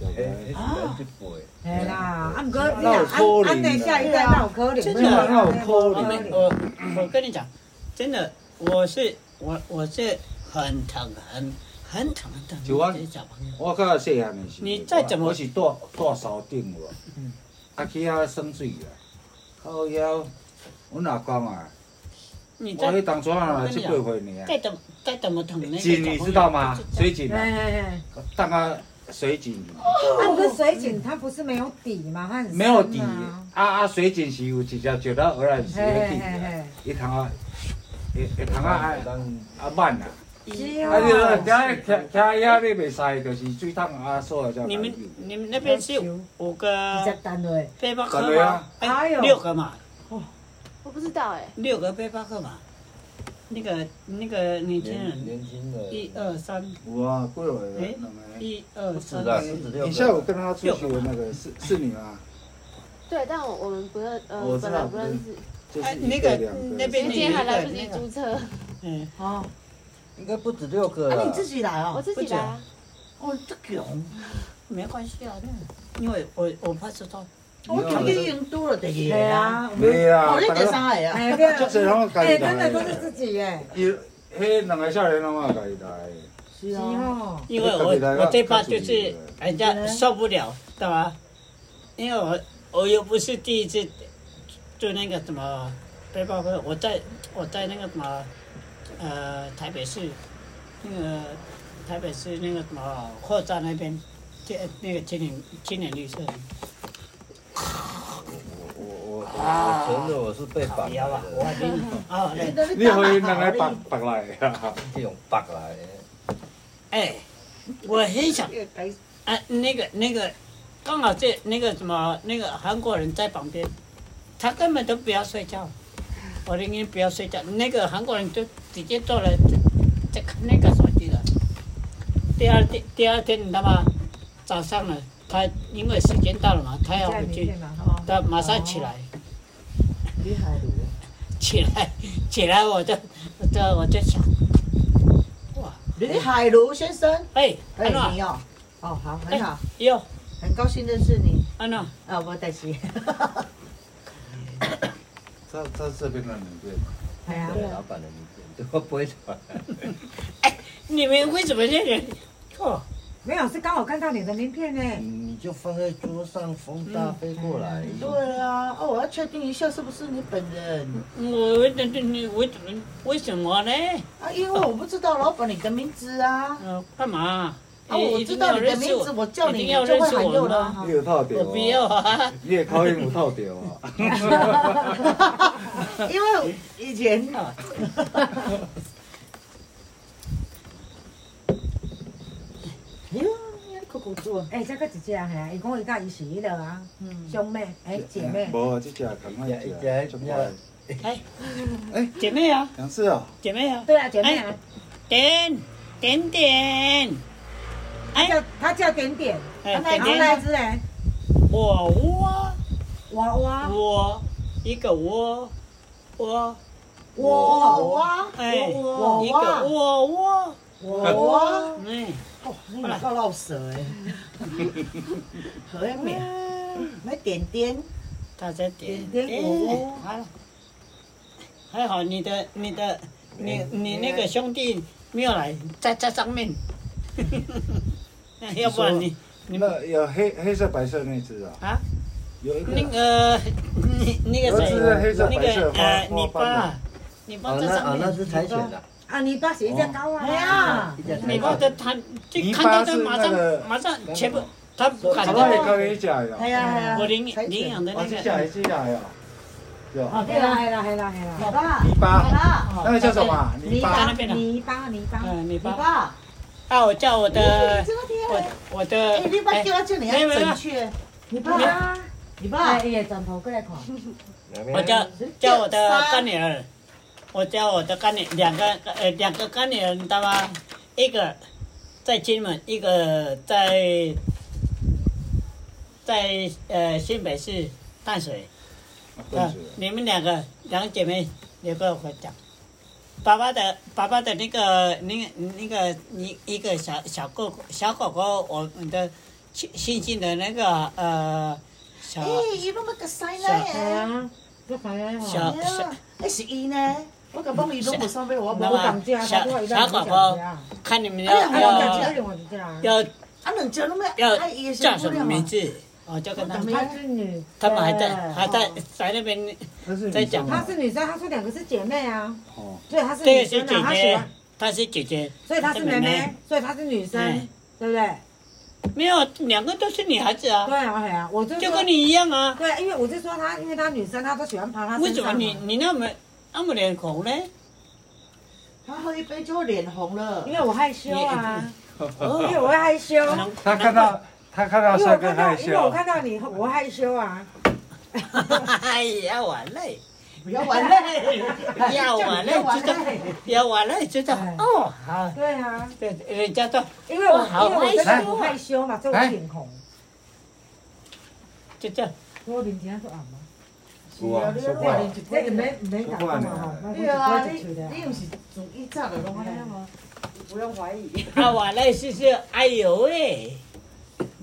[SPEAKER 6] 就
[SPEAKER 3] 诶，
[SPEAKER 6] 是
[SPEAKER 3] 迄是咱即辈。
[SPEAKER 2] 哎啦，啊，唔过你
[SPEAKER 6] 哪有
[SPEAKER 2] 若
[SPEAKER 6] 可能
[SPEAKER 2] 安安内下一代那有可能，
[SPEAKER 1] 啊
[SPEAKER 2] 啊
[SPEAKER 1] 真的啊
[SPEAKER 6] 哪有可
[SPEAKER 1] 我
[SPEAKER 6] 能
[SPEAKER 1] 没我我跟你讲，真的，我是我我是很疼很很疼很疼
[SPEAKER 6] 就我
[SPEAKER 1] 这些小朋友，
[SPEAKER 6] 我较细汉的时候，
[SPEAKER 1] 你再怎么
[SPEAKER 6] 我是住住山顶有无？啊去遐耍水啊，靠腰，阮阿公啊，
[SPEAKER 1] 你
[SPEAKER 6] 我那当初啊，七八岁呢，
[SPEAKER 1] 该怎么该怎么捅那个？
[SPEAKER 6] 井你知道吗？水井啊，
[SPEAKER 2] 哎
[SPEAKER 6] 当啊水井，
[SPEAKER 2] 它不是啊水井，它不是没有底嘛，它很深
[SPEAKER 6] 没有底
[SPEAKER 2] 啊，
[SPEAKER 6] 啊啊水井是有一只石头而来是
[SPEAKER 2] 嘿
[SPEAKER 6] 有
[SPEAKER 2] 嘿
[SPEAKER 6] 底的，
[SPEAKER 2] 嘿
[SPEAKER 6] 伊通啊，会会通啊啊啊慢啊。
[SPEAKER 2] 是
[SPEAKER 6] 啊，你说
[SPEAKER 2] 哦，
[SPEAKER 6] 听听听遐你袂使，就是水桶啊，所有这样。
[SPEAKER 1] 你们你们那边是呃有五个
[SPEAKER 2] 单位，
[SPEAKER 1] 背包
[SPEAKER 6] 单
[SPEAKER 1] 客
[SPEAKER 6] 位
[SPEAKER 1] 吗
[SPEAKER 6] 啊？
[SPEAKER 1] 哎，六个嘛，
[SPEAKER 10] 我不知道哎、
[SPEAKER 1] 六个背包客嘛。那个那个年轻
[SPEAKER 3] 年
[SPEAKER 1] 人，
[SPEAKER 3] 年轻的，
[SPEAKER 1] 一二三，
[SPEAKER 6] 有啊，几位
[SPEAKER 1] 哎
[SPEAKER 6] 人？，
[SPEAKER 1] 一二三，
[SPEAKER 6] 你下午跟他出去的那个是是你吗？
[SPEAKER 10] 对，但我我们不认，呃
[SPEAKER 6] 我，知道
[SPEAKER 10] 本来不认识，
[SPEAKER 6] 就是一
[SPEAKER 1] 哎那
[SPEAKER 6] 对
[SPEAKER 1] 个
[SPEAKER 6] 两个
[SPEAKER 1] 那边
[SPEAKER 10] 今天还来不
[SPEAKER 1] 那
[SPEAKER 10] 及
[SPEAKER 1] 个
[SPEAKER 10] 租车，
[SPEAKER 1] 嗯，
[SPEAKER 7] 哦，
[SPEAKER 3] 应该不止六个
[SPEAKER 7] 啊，
[SPEAKER 3] 了
[SPEAKER 7] 你。自己来
[SPEAKER 10] 我
[SPEAKER 7] 哦，
[SPEAKER 10] 自己来啊。
[SPEAKER 7] 哦，这穷，
[SPEAKER 1] 没关系啊，那因为我我怕知道，
[SPEAKER 7] 我自己已经多了第二
[SPEAKER 2] 对
[SPEAKER 7] 个
[SPEAKER 2] 啊，
[SPEAKER 6] 没啊，
[SPEAKER 7] 哦，你
[SPEAKER 6] 大
[SPEAKER 7] 第
[SPEAKER 6] 家
[SPEAKER 7] 三个啊，
[SPEAKER 2] 哎对啊，
[SPEAKER 6] 足侪拢家己来
[SPEAKER 2] 哎，真的都是自己耶，
[SPEAKER 6] 伊迄两个少年拢啊嘛家 己来，
[SPEAKER 7] 是
[SPEAKER 2] 是
[SPEAKER 7] 啊，
[SPEAKER 2] 哦，
[SPEAKER 1] 因为我我最怕就是人家受不了，干嘛？因为我我又不是第一次做那个什么背包客，我在我在那个什么呃台北市那个台北市那个什么货站那边，这那个青年青年旅社，
[SPEAKER 3] 我我我承认我是被绑
[SPEAKER 1] 要啊，
[SPEAKER 3] 的，
[SPEAKER 1] 我领啊，对
[SPEAKER 6] 你互伊两个白白来 啊？
[SPEAKER 3] 这种绑来的。
[SPEAKER 1] 哎，我很想哎，那个那个，刚好这那个什么那个韩国人在旁边，他根本都不要睡觉，我宁愿不要睡觉。那个韩国人就直接坐了，在看那个手机了。第二天第二天你知道吗？早上了，他因为时间到了嘛，他要
[SPEAKER 2] 在
[SPEAKER 1] 回
[SPEAKER 2] 明
[SPEAKER 1] 去
[SPEAKER 2] 天，嘛，哦，
[SPEAKER 1] 他马上起来，
[SPEAKER 7] 厉害的，
[SPEAKER 1] 起来起来我就我就我就想，哇，
[SPEAKER 7] 李海卢先生，
[SPEAKER 1] 哎，
[SPEAKER 7] 哎
[SPEAKER 1] 安娜
[SPEAKER 7] 你，哦，哦好，很好，
[SPEAKER 1] 哟，
[SPEAKER 7] 很高兴认识你，
[SPEAKER 1] 安娜，
[SPEAKER 7] 啊，我戴西，
[SPEAKER 6] 在在这边的里面，
[SPEAKER 7] 哎
[SPEAKER 2] 啊
[SPEAKER 7] 呀，
[SPEAKER 3] 对老板的名字，我不会传。
[SPEAKER 1] 你们为什么这人？哦，
[SPEAKER 2] 没有，是刚好看到你的名片呢，
[SPEAKER 3] 你就放在桌上，风大飞过来。
[SPEAKER 7] 对啊，哦，我要确定一下是不是你本人
[SPEAKER 1] 我为什么你为什么为什么呢？
[SPEAKER 7] 啊，因
[SPEAKER 1] 哦
[SPEAKER 7] 为我不知道老板你的名字啊，
[SPEAKER 1] 呃，干嘛？
[SPEAKER 7] 啊，
[SPEAKER 1] 一
[SPEAKER 7] 我知道你的名字，我叫你
[SPEAKER 1] 一
[SPEAKER 7] 你
[SPEAKER 1] 定要
[SPEAKER 7] 就会
[SPEAKER 1] 认识
[SPEAKER 7] 喊
[SPEAKER 1] 我
[SPEAKER 7] 又了
[SPEAKER 1] 吗？
[SPEAKER 7] 啊
[SPEAKER 6] 你，有套掉
[SPEAKER 1] 我不要
[SPEAKER 6] 哦，
[SPEAKER 1] 啊！
[SPEAKER 6] 你的口音有套掉哦。
[SPEAKER 7] 因为以前
[SPEAKER 1] 啊
[SPEAKER 7] 哎
[SPEAKER 2] 酷酷做，哎，这个一只嘿，伊讲伊甲伊是迄落啊，兄妹，哎，
[SPEAKER 6] 嗯
[SPEAKER 2] 姐妹，
[SPEAKER 6] 无，这只啊赶快
[SPEAKER 3] 一家一家，
[SPEAKER 1] 哎
[SPEAKER 6] 哎，
[SPEAKER 1] 姐妹啊，
[SPEAKER 6] 杨志哦，
[SPEAKER 1] 姐妹啊，
[SPEAKER 2] 对啊，姐妹啊，
[SPEAKER 1] 点点点，
[SPEAKER 2] 她叫她叫点点，
[SPEAKER 1] 哎，
[SPEAKER 2] 然
[SPEAKER 1] 点
[SPEAKER 2] 后那一
[SPEAKER 1] 点，
[SPEAKER 2] 只嘞，
[SPEAKER 1] 我窝
[SPEAKER 2] 娃娃，
[SPEAKER 1] 我一个窝窝，
[SPEAKER 2] 我
[SPEAKER 7] 哇，
[SPEAKER 1] 哎，一
[SPEAKER 7] 我
[SPEAKER 1] 个窝窝，
[SPEAKER 7] 我哇，
[SPEAKER 1] 哎，
[SPEAKER 7] 哦，你有够老舌 哎，好一面，
[SPEAKER 1] 嗯
[SPEAKER 7] 买点点，
[SPEAKER 1] 大家点
[SPEAKER 7] 点点我窝
[SPEAKER 1] 哎好了还好你的你的你你那个兄弟没有来，在在上面，要不然你你们
[SPEAKER 6] 那有黑黑色白色那只啊，
[SPEAKER 1] 啊。
[SPEAKER 6] 有一个
[SPEAKER 1] 那个，那那个谁，那个呃，你
[SPEAKER 6] 啊
[SPEAKER 1] 爸，你爸
[SPEAKER 3] 哦，
[SPEAKER 1] 在
[SPEAKER 3] 那
[SPEAKER 1] 上
[SPEAKER 3] 哦那是
[SPEAKER 1] 面，
[SPEAKER 3] 柴犬的，
[SPEAKER 2] 啊，你爸是一只狗啊，
[SPEAKER 7] 哎呀，
[SPEAKER 3] 一家柴
[SPEAKER 1] 你爸
[SPEAKER 3] 犬。
[SPEAKER 1] 的他就看到他马上马上全部，他不敢
[SPEAKER 6] 赶快
[SPEAKER 1] 动。
[SPEAKER 6] 跟你讲哟
[SPEAKER 7] 哎。呀哎呀，
[SPEAKER 1] 我领
[SPEAKER 7] 柴犬
[SPEAKER 1] 领养的
[SPEAKER 6] 我
[SPEAKER 1] 那
[SPEAKER 6] 这只
[SPEAKER 1] 个，
[SPEAKER 6] 一只呀，对吧？
[SPEAKER 2] 哦，对啦，系啦，系啦，系啦，
[SPEAKER 7] 爸爸，
[SPEAKER 6] 泥巴，
[SPEAKER 7] 爸
[SPEAKER 6] 那个叫什么啊？泥
[SPEAKER 1] 在
[SPEAKER 6] 巴
[SPEAKER 1] 那，边的，
[SPEAKER 2] 泥巴，泥巴，
[SPEAKER 1] 嗯，你爸。
[SPEAKER 7] 爸，
[SPEAKER 1] 啊，我叫我的
[SPEAKER 7] 你，这么
[SPEAKER 1] 我
[SPEAKER 7] 甜，
[SPEAKER 1] 我的，
[SPEAKER 7] 哎，你爸
[SPEAKER 1] 哎
[SPEAKER 7] 叫，他叫你要准确，
[SPEAKER 2] 你爸，
[SPEAKER 7] 你
[SPEAKER 2] 哎，
[SPEAKER 7] 爸，
[SPEAKER 2] 伊会转头过来看，
[SPEAKER 1] 我叫
[SPEAKER 7] 嗯
[SPEAKER 1] 叫我的干女儿，我叫我的干女两个呃两个干女儿，你知道吗？一个在金门，一个在在呃新北市淡水。
[SPEAKER 6] 对
[SPEAKER 1] 啊，你们两个两姐妹，你跟我讲，爸爸的爸爸的那个那个那个一一个小小狗小狗狗，我们的新新进的那个呃小
[SPEAKER 7] 哎，伊拢要个塞奶
[SPEAKER 2] 系
[SPEAKER 7] 哎。
[SPEAKER 2] 啊，你看啊，吼。
[SPEAKER 1] 小小
[SPEAKER 7] 哎，那是伊呢，我甲帮伊拢无送俾我，
[SPEAKER 1] 是
[SPEAKER 7] 无
[SPEAKER 2] 我讲这，
[SPEAKER 1] 小
[SPEAKER 2] 我
[SPEAKER 1] 小宝宝，看你们要
[SPEAKER 7] 哎呀
[SPEAKER 2] 我讲
[SPEAKER 1] 要
[SPEAKER 2] 这，我讲这啊。
[SPEAKER 1] 要
[SPEAKER 7] 啊两只拢要
[SPEAKER 1] 要
[SPEAKER 7] 爱伊的
[SPEAKER 1] 叫
[SPEAKER 7] 小
[SPEAKER 1] 什
[SPEAKER 7] 姑
[SPEAKER 1] 么
[SPEAKER 7] 娘
[SPEAKER 1] 名
[SPEAKER 7] 嘛。
[SPEAKER 1] 字？哦，就跟他
[SPEAKER 2] 他
[SPEAKER 1] 们，
[SPEAKER 2] 是女，
[SPEAKER 1] 他们还
[SPEAKER 2] 哦
[SPEAKER 1] 在还在在那边在讲，
[SPEAKER 6] 啊
[SPEAKER 2] 她是女生，她说两个是姐妹啊，
[SPEAKER 6] 哦，
[SPEAKER 2] 所以她是
[SPEAKER 1] 这个
[SPEAKER 2] 女
[SPEAKER 1] 是
[SPEAKER 2] 生
[SPEAKER 1] 姐
[SPEAKER 2] 啊，她喜
[SPEAKER 1] 姐她
[SPEAKER 2] 欢，，
[SPEAKER 1] 是姐姐，
[SPEAKER 2] 所以她是妹
[SPEAKER 1] 妹
[SPEAKER 2] 妹，所以她是女生
[SPEAKER 1] 嗯，
[SPEAKER 2] 对不对？
[SPEAKER 1] 没有，两个都是女孩子啊。
[SPEAKER 2] 对啊，对啊，我就
[SPEAKER 1] 就
[SPEAKER 2] 说
[SPEAKER 1] 跟你一样啊。
[SPEAKER 2] 对，因为我就说她，因为她女生，她都喜欢爬她
[SPEAKER 1] 为
[SPEAKER 2] 身
[SPEAKER 1] 什么
[SPEAKER 2] 上
[SPEAKER 1] 你
[SPEAKER 2] 嘛。
[SPEAKER 1] 你那么那么脸红呢？
[SPEAKER 7] 他喝一杯就脸红了，
[SPEAKER 2] 因为我害羞啊，因为
[SPEAKER 6] 哦
[SPEAKER 2] 我会害羞，
[SPEAKER 6] 他看到他看到
[SPEAKER 2] 因为我
[SPEAKER 6] 帅哥
[SPEAKER 2] 看到，
[SPEAKER 6] 害
[SPEAKER 2] 因为我
[SPEAKER 6] 羞，
[SPEAKER 2] 看到你，我会害羞啊。
[SPEAKER 1] 哎呀，完了，
[SPEAKER 7] 不要玩累，
[SPEAKER 1] 要完
[SPEAKER 7] 叫你不
[SPEAKER 1] 了，
[SPEAKER 7] 要玩
[SPEAKER 1] 知道
[SPEAKER 7] 累，
[SPEAKER 1] 要完了，知道哦，好，
[SPEAKER 2] 对啊，
[SPEAKER 1] 对，人家都
[SPEAKER 2] 因为我
[SPEAKER 1] 好
[SPEAKER 2] 因为我真
[SPEAKER 1] 害
[SPEAKER 2] 的
[SPEAKER 1] 羞
[SPEAKER 2] 不
[SPEAKER 1] 啊，
[SPEAKER 2] 害羞嘛，所以我
[SPEAKER 6] 哎
[SPEAKER 2] 脸红。
[SPEAKER 1] 知道，
[SPEAKER 2] 我面前做阿妈，
[SPEAKER 6] 有啊，说
[SPEAKER 7] 我
[SPEAKER 6] 过
[SPEAKER 7] 连一
[SPEAKER 2] 这个
[SPEAKER 7] 杯，
[SPEAKER 2] 免免讲嘛吼，我
[SPEAKER 7] 对啊，
[SPEAKER 2] 就
[SPEAKER 7] 你
[SPEAKER 2] 出来
[SPEAKER 7] 你不是自己炸的拢安尼吗？不用怀疑，
[SPEAKER 1] 啊，完了，是是，哎呦喂，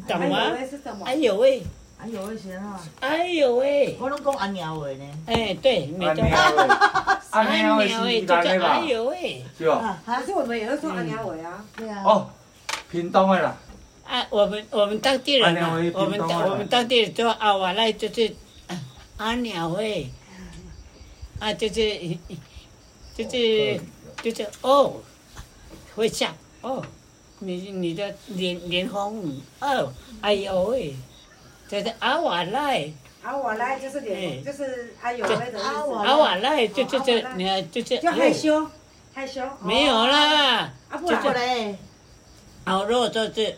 [SPEAKER 1] 懂吗？
[SPEAKER 7] 是什么
[SPEAKER 1] 哎？呦喂，
[SPEAKER 7] 哎呦，以前啊，
[SPEAKER 1] 哎呦喂，
[SPEAKER 7] 我拢讲阿娘话呢，
[SPEAKER 1] 哎，对，没
[SPEAKER 6] 安
[SPEAKER 1] 错
[SPEAKER 6] 尼，啊，安
[SPEAKER 1] 哎
[SPEAKER 6] 尼
[SPEAKER 1] 呦
[SPEAKER 6] 啊
[SPEAKER 1] 喂，
[SPEAKER 6] 是
[SPEAKER 1] 就
[SPEAKER 6] 宜兰
[SPEAKER 1] 叫
[SPEAKER 6] 的吧
[SPEAKER 1] 哎？呦喂，
[SPEAKER 6] 是哦，
[SPEAKER 7] 啊，还
[SPEAKER 2] 可是我们也会说阿娘伟啊，
[SPEAKER 7] 对啊，
[SPEAKER 6] 哦，屏东的啦，
[SPEAKER 1] 啊，我们我们当地人嘛，
[SPEAKER 6] 哎呦喂
[SPEAKER 1] 我们
[SPEAKER 6] 屏东啊
[SPEAKER 1] 当我们当地人说啊，完了就是啊阿鸟喂，啊就是就是。就是哦，会笑哦，你你的脸脸红哦，哎呦喂，就是阿瓦赖，
[SPEAKER 2] 啊我来就是脸，
[SPEAKER 1] 嗯
[SPEAKER 2] 就是阿有那种
[SPEAKER 7] 啊我
[SPEAKER 1] 阿瓦赖就就
[SPEAKER 2] 哦
[SPEAKER 1] 就
[SPEAKER 2] 阿瓦赖
[SPEAKER 1] 你看就是
[SPEAKER 2] 就害
[SPEAKER 1] 哦
[SPEAKER 2] 羞害羞，哦
[SPEAKER 1] 没有啦，
[SPEAKER 2] 啊不
[SPEAKER 7] 过
[SPEAKER 2] 然
[SPEAKER 7] 过来，
[SPEAKER 1] 好肉就是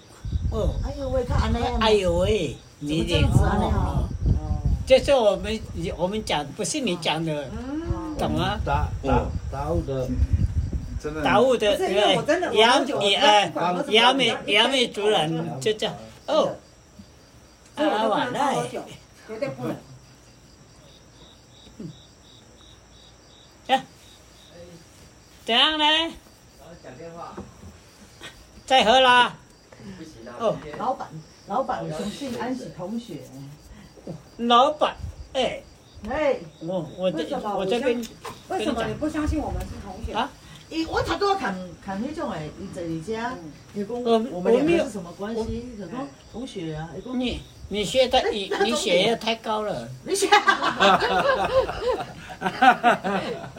[SPEAKER 1] 哦，
[SPEAKER 7] 哎呦喂，看安尼，
[SPEAKER 1] 哎，呦喂，你
[SPEAKER 7] 怎么
[SPEAKER 1] 脸
[SPEAKER 7] 这样子
[SPEAKER 1] 红
[SPEAKER 7] 安尼
[SPEAKER 1] 哦，
[SPEAKER 7] 哦？
[SPEAKER 1] 就是我们我们讲不是你讲的，
[SPEAKER 2] 嗯
[SPEAKER 1] 懂吗？
[SPEAKER 3] 打打打我的，
[SPEAKER 6] 真的
[SPEAKER 1] 达悟
[SPEAKER 2] 不
[SPEAKER 1] 的
[SPEAKER 2] 是因为我真的我
[SPEAKER 1] 雅
[SPEAKER 2] 很久，
[SPEAKER 1] 也
[SPEAKER 2] 我
[SPEAKER 1] 哎
[SPEAKER 2] 不管喝什么
[SPEAKER 1] 雅美
[SPEAKER 2] 我只要
[SPEAKER 1] 雅美族人就这样哦，啊
[SPEAKER 2] 所以我
[SPEAKER 1] 阿
[SPEAKER 2] 都不
[SPEAKER 1] 瓦
[SPEAKER 2] 能
[SPEAKER 1] 赖
[SPEAKER 2] 喝。酒，绝对不能。
[SPEAKER 1] 怎样呢？
[SPEAKER 9] 然后讲电话
[SPEAKER 1] 再喝啦？
[SPEAKER 9] 不行啊，
[SPEAKER 1] 哦
[SPEAKER 9] 直接
[SPEAKER 7] 老板，老板，我重庆安喜同学，
[SPEAKER 1] 老板，哎，
[SPEAKER 7] 哎，
[SPEAKER 1] 我我
[SPEAKER 2] 为什
[SPEAKER 1] 这
[SPEAKER 2] 么
[SPEAKER 1] 我这边
[SPEAKER 2] 为什么你不相信我们是同学？
[SPEAKER 1] 啊
[SPEAKER 7] 伊我头拄看看迄种诶，伊坐伫遮，伊讲
[SPEAKER 1] 我
[SPEAKER 7] 我们两
[SPEAKER 1] 我没有
[SPEAKER 7] 个是什么关系？就讲同学啊，伊讲
[SPEAKER 1] 你你血
[SPEAKER 2] 哎
[SPEAKER 1] 的你你血压太高 了，
[SPEAKER 7] 你啊是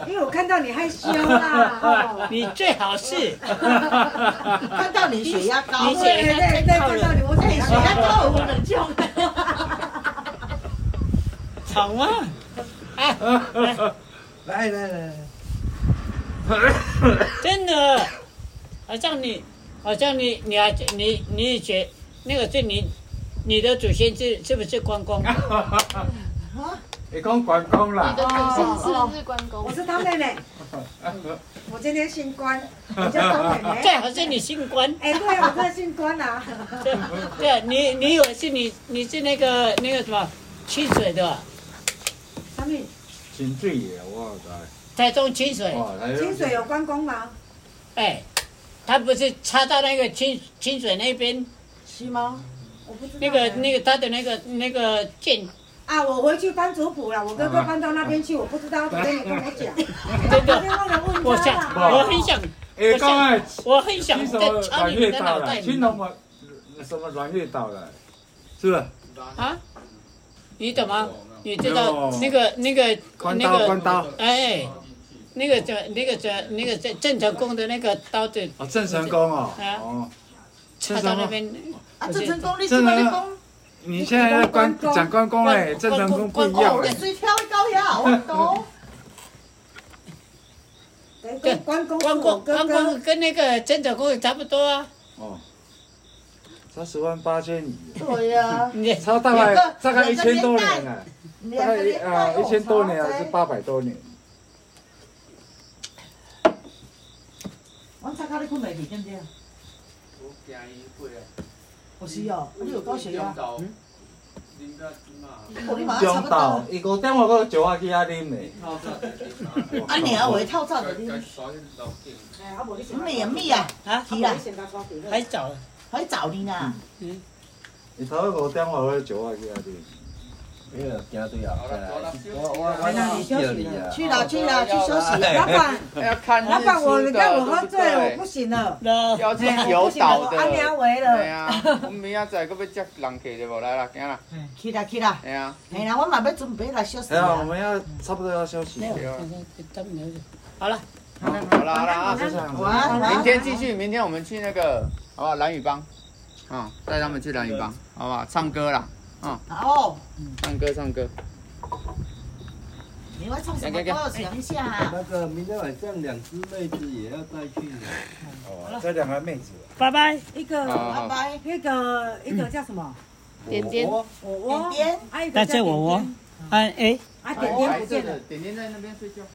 [SPEAKER 2] 因为我看到你害羞啦，哦
[SPEAKER 1] 你最好 是
[SPEAKER 7] 看到你血压高
[SPEAKER 1] 你，
[SPEAKER 2] 对
[SPEAKER 1] 血
[SPEAKER 2] 对
[SPEAKER 1] 压太
[SPEAKER 2] 对，
[SPEAKER 1] 高
[SPEAKER 2] 看到
[SPEAKER 1] 了，
[SPEAKER 2] 你我
[SPEAKER 7] 哎，
[SPEAKER 2] 很
[SPEAKER 7] 血压高有两种，
[SPEAKER 1] 好吗？ 哎，哎
[SPEAKER 6] 来来来，
[SPEAKER 1] 真的，好像你好像你你还你你血那个是你你的祖先是是不是关公？
[SPEAKER 6] 你讲关公啦
[SPEAKER 10] 你，的祖先是不是关
[SPEAKER 2] 我
[SPEAKER 10] 公？
[SPEAKER 2] 是他妹妹，我今天姓关，我叫他 妹妹。
[SPEAKER 1] 最好是你姓关。
[SPEAKER 2] 哎，对，我真的姓 关啊。
[SPEAKER 1] 对对，你你以为是你你是那个那个什么清水的吧？
[SPEAKER 2] 小米，
[SPEAKER 6] 真水的，我来，
[SPEAKER 1] 台中清水，
[SPEAKER 6] 哇，来
[SPEAKER 2] 清水有关公吗？
[SPEAKER 1] 哎，他不是插到那个清清水那边
[SPEAKER 7] 是吗？
[SPEAKER 2] 我不知道。
[SPEAKER 1] 那个那个他的那个那个剑，
[SPEAKER 2] 啊，我回去翻族谱了，我哥哥搬到那边去，我不知道，昨天你跟我讲，
[SPEAKER 1] 真
[SPEAKER 2] 昨
[SPEAKER 1] 的，
[SPEAKER 2] 天忘了问
[SPEAKER 1] 我
[SPEAKER 2] 他
[SPEAKER 1] 想
[SPEAKER 2] 了。
[SPEAKER 1] 我很想
[SPEAKER 6] 哎，刚才
[SPEAKER 1] 我很想
[SPEAKER 6] 新手
[SPEAKER 1] 再插
[SPEAKER 6] 软
[SPEAKER 1] 你们
[SPEAKER 6] 月
[SPEAKER 1] 的
[SPEAKER 6] 岛
[SPEAKER 1] 脑
[SPEAKER 6] 了，
[SPEAKER 1] 袋
[SPEAKER 6] 新
[SPEAKER 1] 里
[SPEAKER 6] 手软什么软月岛了，是不是？
[SPEAKER 1] 啊！你懂吗？你知道那个那个
[SPEAKER 6] 关
[SPEAKER 1] 那
[SPEAKER 6] 刀关
[SPEAKER 1] 个
[SPEAKER 6] 刀
[SPEAKER 1] 哎，那个叫那个叫那个郑郑成功的那个刀子
[SPEAKER 6] 哦，郑成功哦，
[SPEAKER 1] 啊
[SPEAKER 6] 哦，
[SPEAKER 1] 插
[SPEAKER 6] 郑
[SPEAKER 1] 到
[SPEAKER 6] 成
[SPEAKER 1] 那
[SPEAKER 6] 功，
[SPEAKER 1] 边，
[SPEAKER 7] 啊，
[SPEAKER 1] 我
[SPEAKER 7] 郑
[SPEAKER 1] 觉
[SPEAKER 7] 成
[SPEAKER 1] 得
[SPEAKER 7] 功，你怎么你讲？
[SPEAKER 6] 你现在在关讲关公哎，
[SPEAKER 1] 关
[SPEAKER 6] 郑成功 不一样
[SPEAKER 7] 哦，
[SPEAKER 6] 哎
[SPEAKER 7] 也，水跳高呀，我懂。
[SPEAKER 2] 关公，
[SPEAKER 1] 关
[SPEAKER 2] 关公，
[SPEAKER 1] 公
[SPEAKER 2] 哥
[SPEAKER 1] 关
[SPEAKER 2] 哥
[SPEAKER 1] 公，跟那个郑成功也差不多啊。
[SPEAKER 6] 哦，他十万八千里，
[SPEAKER 7] 对呀，
[SPEAKER 1] 你
[SPEAKER 6] 他大概大概一千多年了，大
[SPEAKER 7] 两个
[SPEAKER 6] 概
[SPEAKER 7] 礼
[SPEAKER 6] 啊
[SPEAKER 7] 拜
[SPEAKER 6] 一千多年还是
[SPEAKER 7] 哦
[SPEAKER 6] 八百多年，
[SPEAKER 7] 我查到你困袂去，对不对？
[SPEAKER 5] 我惊伊过来，
[SPEAKER 7] 不是哦，你有高血压
[SPEAKER 5] 中，昼啉到即嘛，
[SPEAKER 7] 哦，你马上差
[SPEAKER 6] 中
[SPEAKER 7] 不
[SPEAKER 6] 岛
[SPEAKER 7] 多。
[SPEAKER 6] 伊五点外个石啊去遐啉嘞，
[SPEAKER 5] 透早就啉嘛。
[SPEAKER 7] 啊，你啊，我透早就你
[SPEAKER 5] 该耍去楼顶，
[SPEAKER 2] 哎，啊，无你
[SPEAKER 7] 什么也没啊，
[SPEAKER 1] 啊，
[SPEAKER 7] 去啊，
[SPEAKER 2] 先甲我比
[SPEAKER 1] 还早，
[SPEAKER 7] 还早你呢。
[SPEAKER 6] 伊头五点外个石啊去遐啉，
[SPEAKER 3] 没有，行对啊，我
[SPEAKER 2] 在那里休息了，
[SPEAKER 7] 去
[SPEAKER 6] 哦
[SPEAKER 7] 了去了去休息。
[SPEAKER 2] 老板，
[SPEAKER 5] 要看
[SPEAKER 2] 老板，我你看我喝醉了，我不行了，
[SPEAKER 5] 要
[SPEAKER 2] 嘿
[SPEAKER 5] 听
[SPEAKER 2] 我
[SPEAKER 5] 有
[SPEAKER 2] 不行了，
[SPEAKER 5] 道
[SPEAKER 2] 我
[SPEAKER 5] 的。
[SPEAKER 2] 安娘维
[SPEAKER 5] 对
[SPEAKER 2] 了。
[SPEAKER 5] 啊，我明仔载搁要接人客就无来啦，行啦。
[SPEAKER 7] 去啦去啦，
[SPEAKER 5] 哎呀，
[SPEAKER 7] 嘿啦，我嘛要准备来休息
[SPEAKER 6] 哎呀，我
[SPEAKER 7] 啊。
[SPEAKER 6] 们要差不多要休息。
[SPEAKER 5] 对啊
[SPEAKER 12] 好了，
[SPEAKER 5] 好啦好啦啊，
[SPEAKER 6] 就这样子。
[SPEAKER 5] 明天继续，明天我们去那个好不好？蓝雨帮，啊，带他们去蓝雨帮，好不好？唱歌啦，啊，
[SPEAKER 7] 哦，
[SPEAKER 5] 唱歌唱歌。
[SPEAKER 7] 你要唱什么歌？想一下啊。
[SPEAKER 3] 那个明天晚上两只妹子也要带去呢。
[SPEAKER 6] 哦，这两个妹子，
[SPEAKER 2] 拜拜，一个
[SPEAKER 6] 好好
[SPEAKER 2] 拜拜，那个一个叫什么？
[SPEAKER 6] 点点
[SPEAKER 2] 我我
[SPEAKER 7] 点点
[SPEAKER 2] 啊，一个
[SPEAKER 12] 但
[SPEAKER 2] 叫
[SPEAKER 12] 这我我，哎哎。
[SPEAKER 2] 啊，点点不见了。
[SPEAKER 5] 点点在那边睡觉。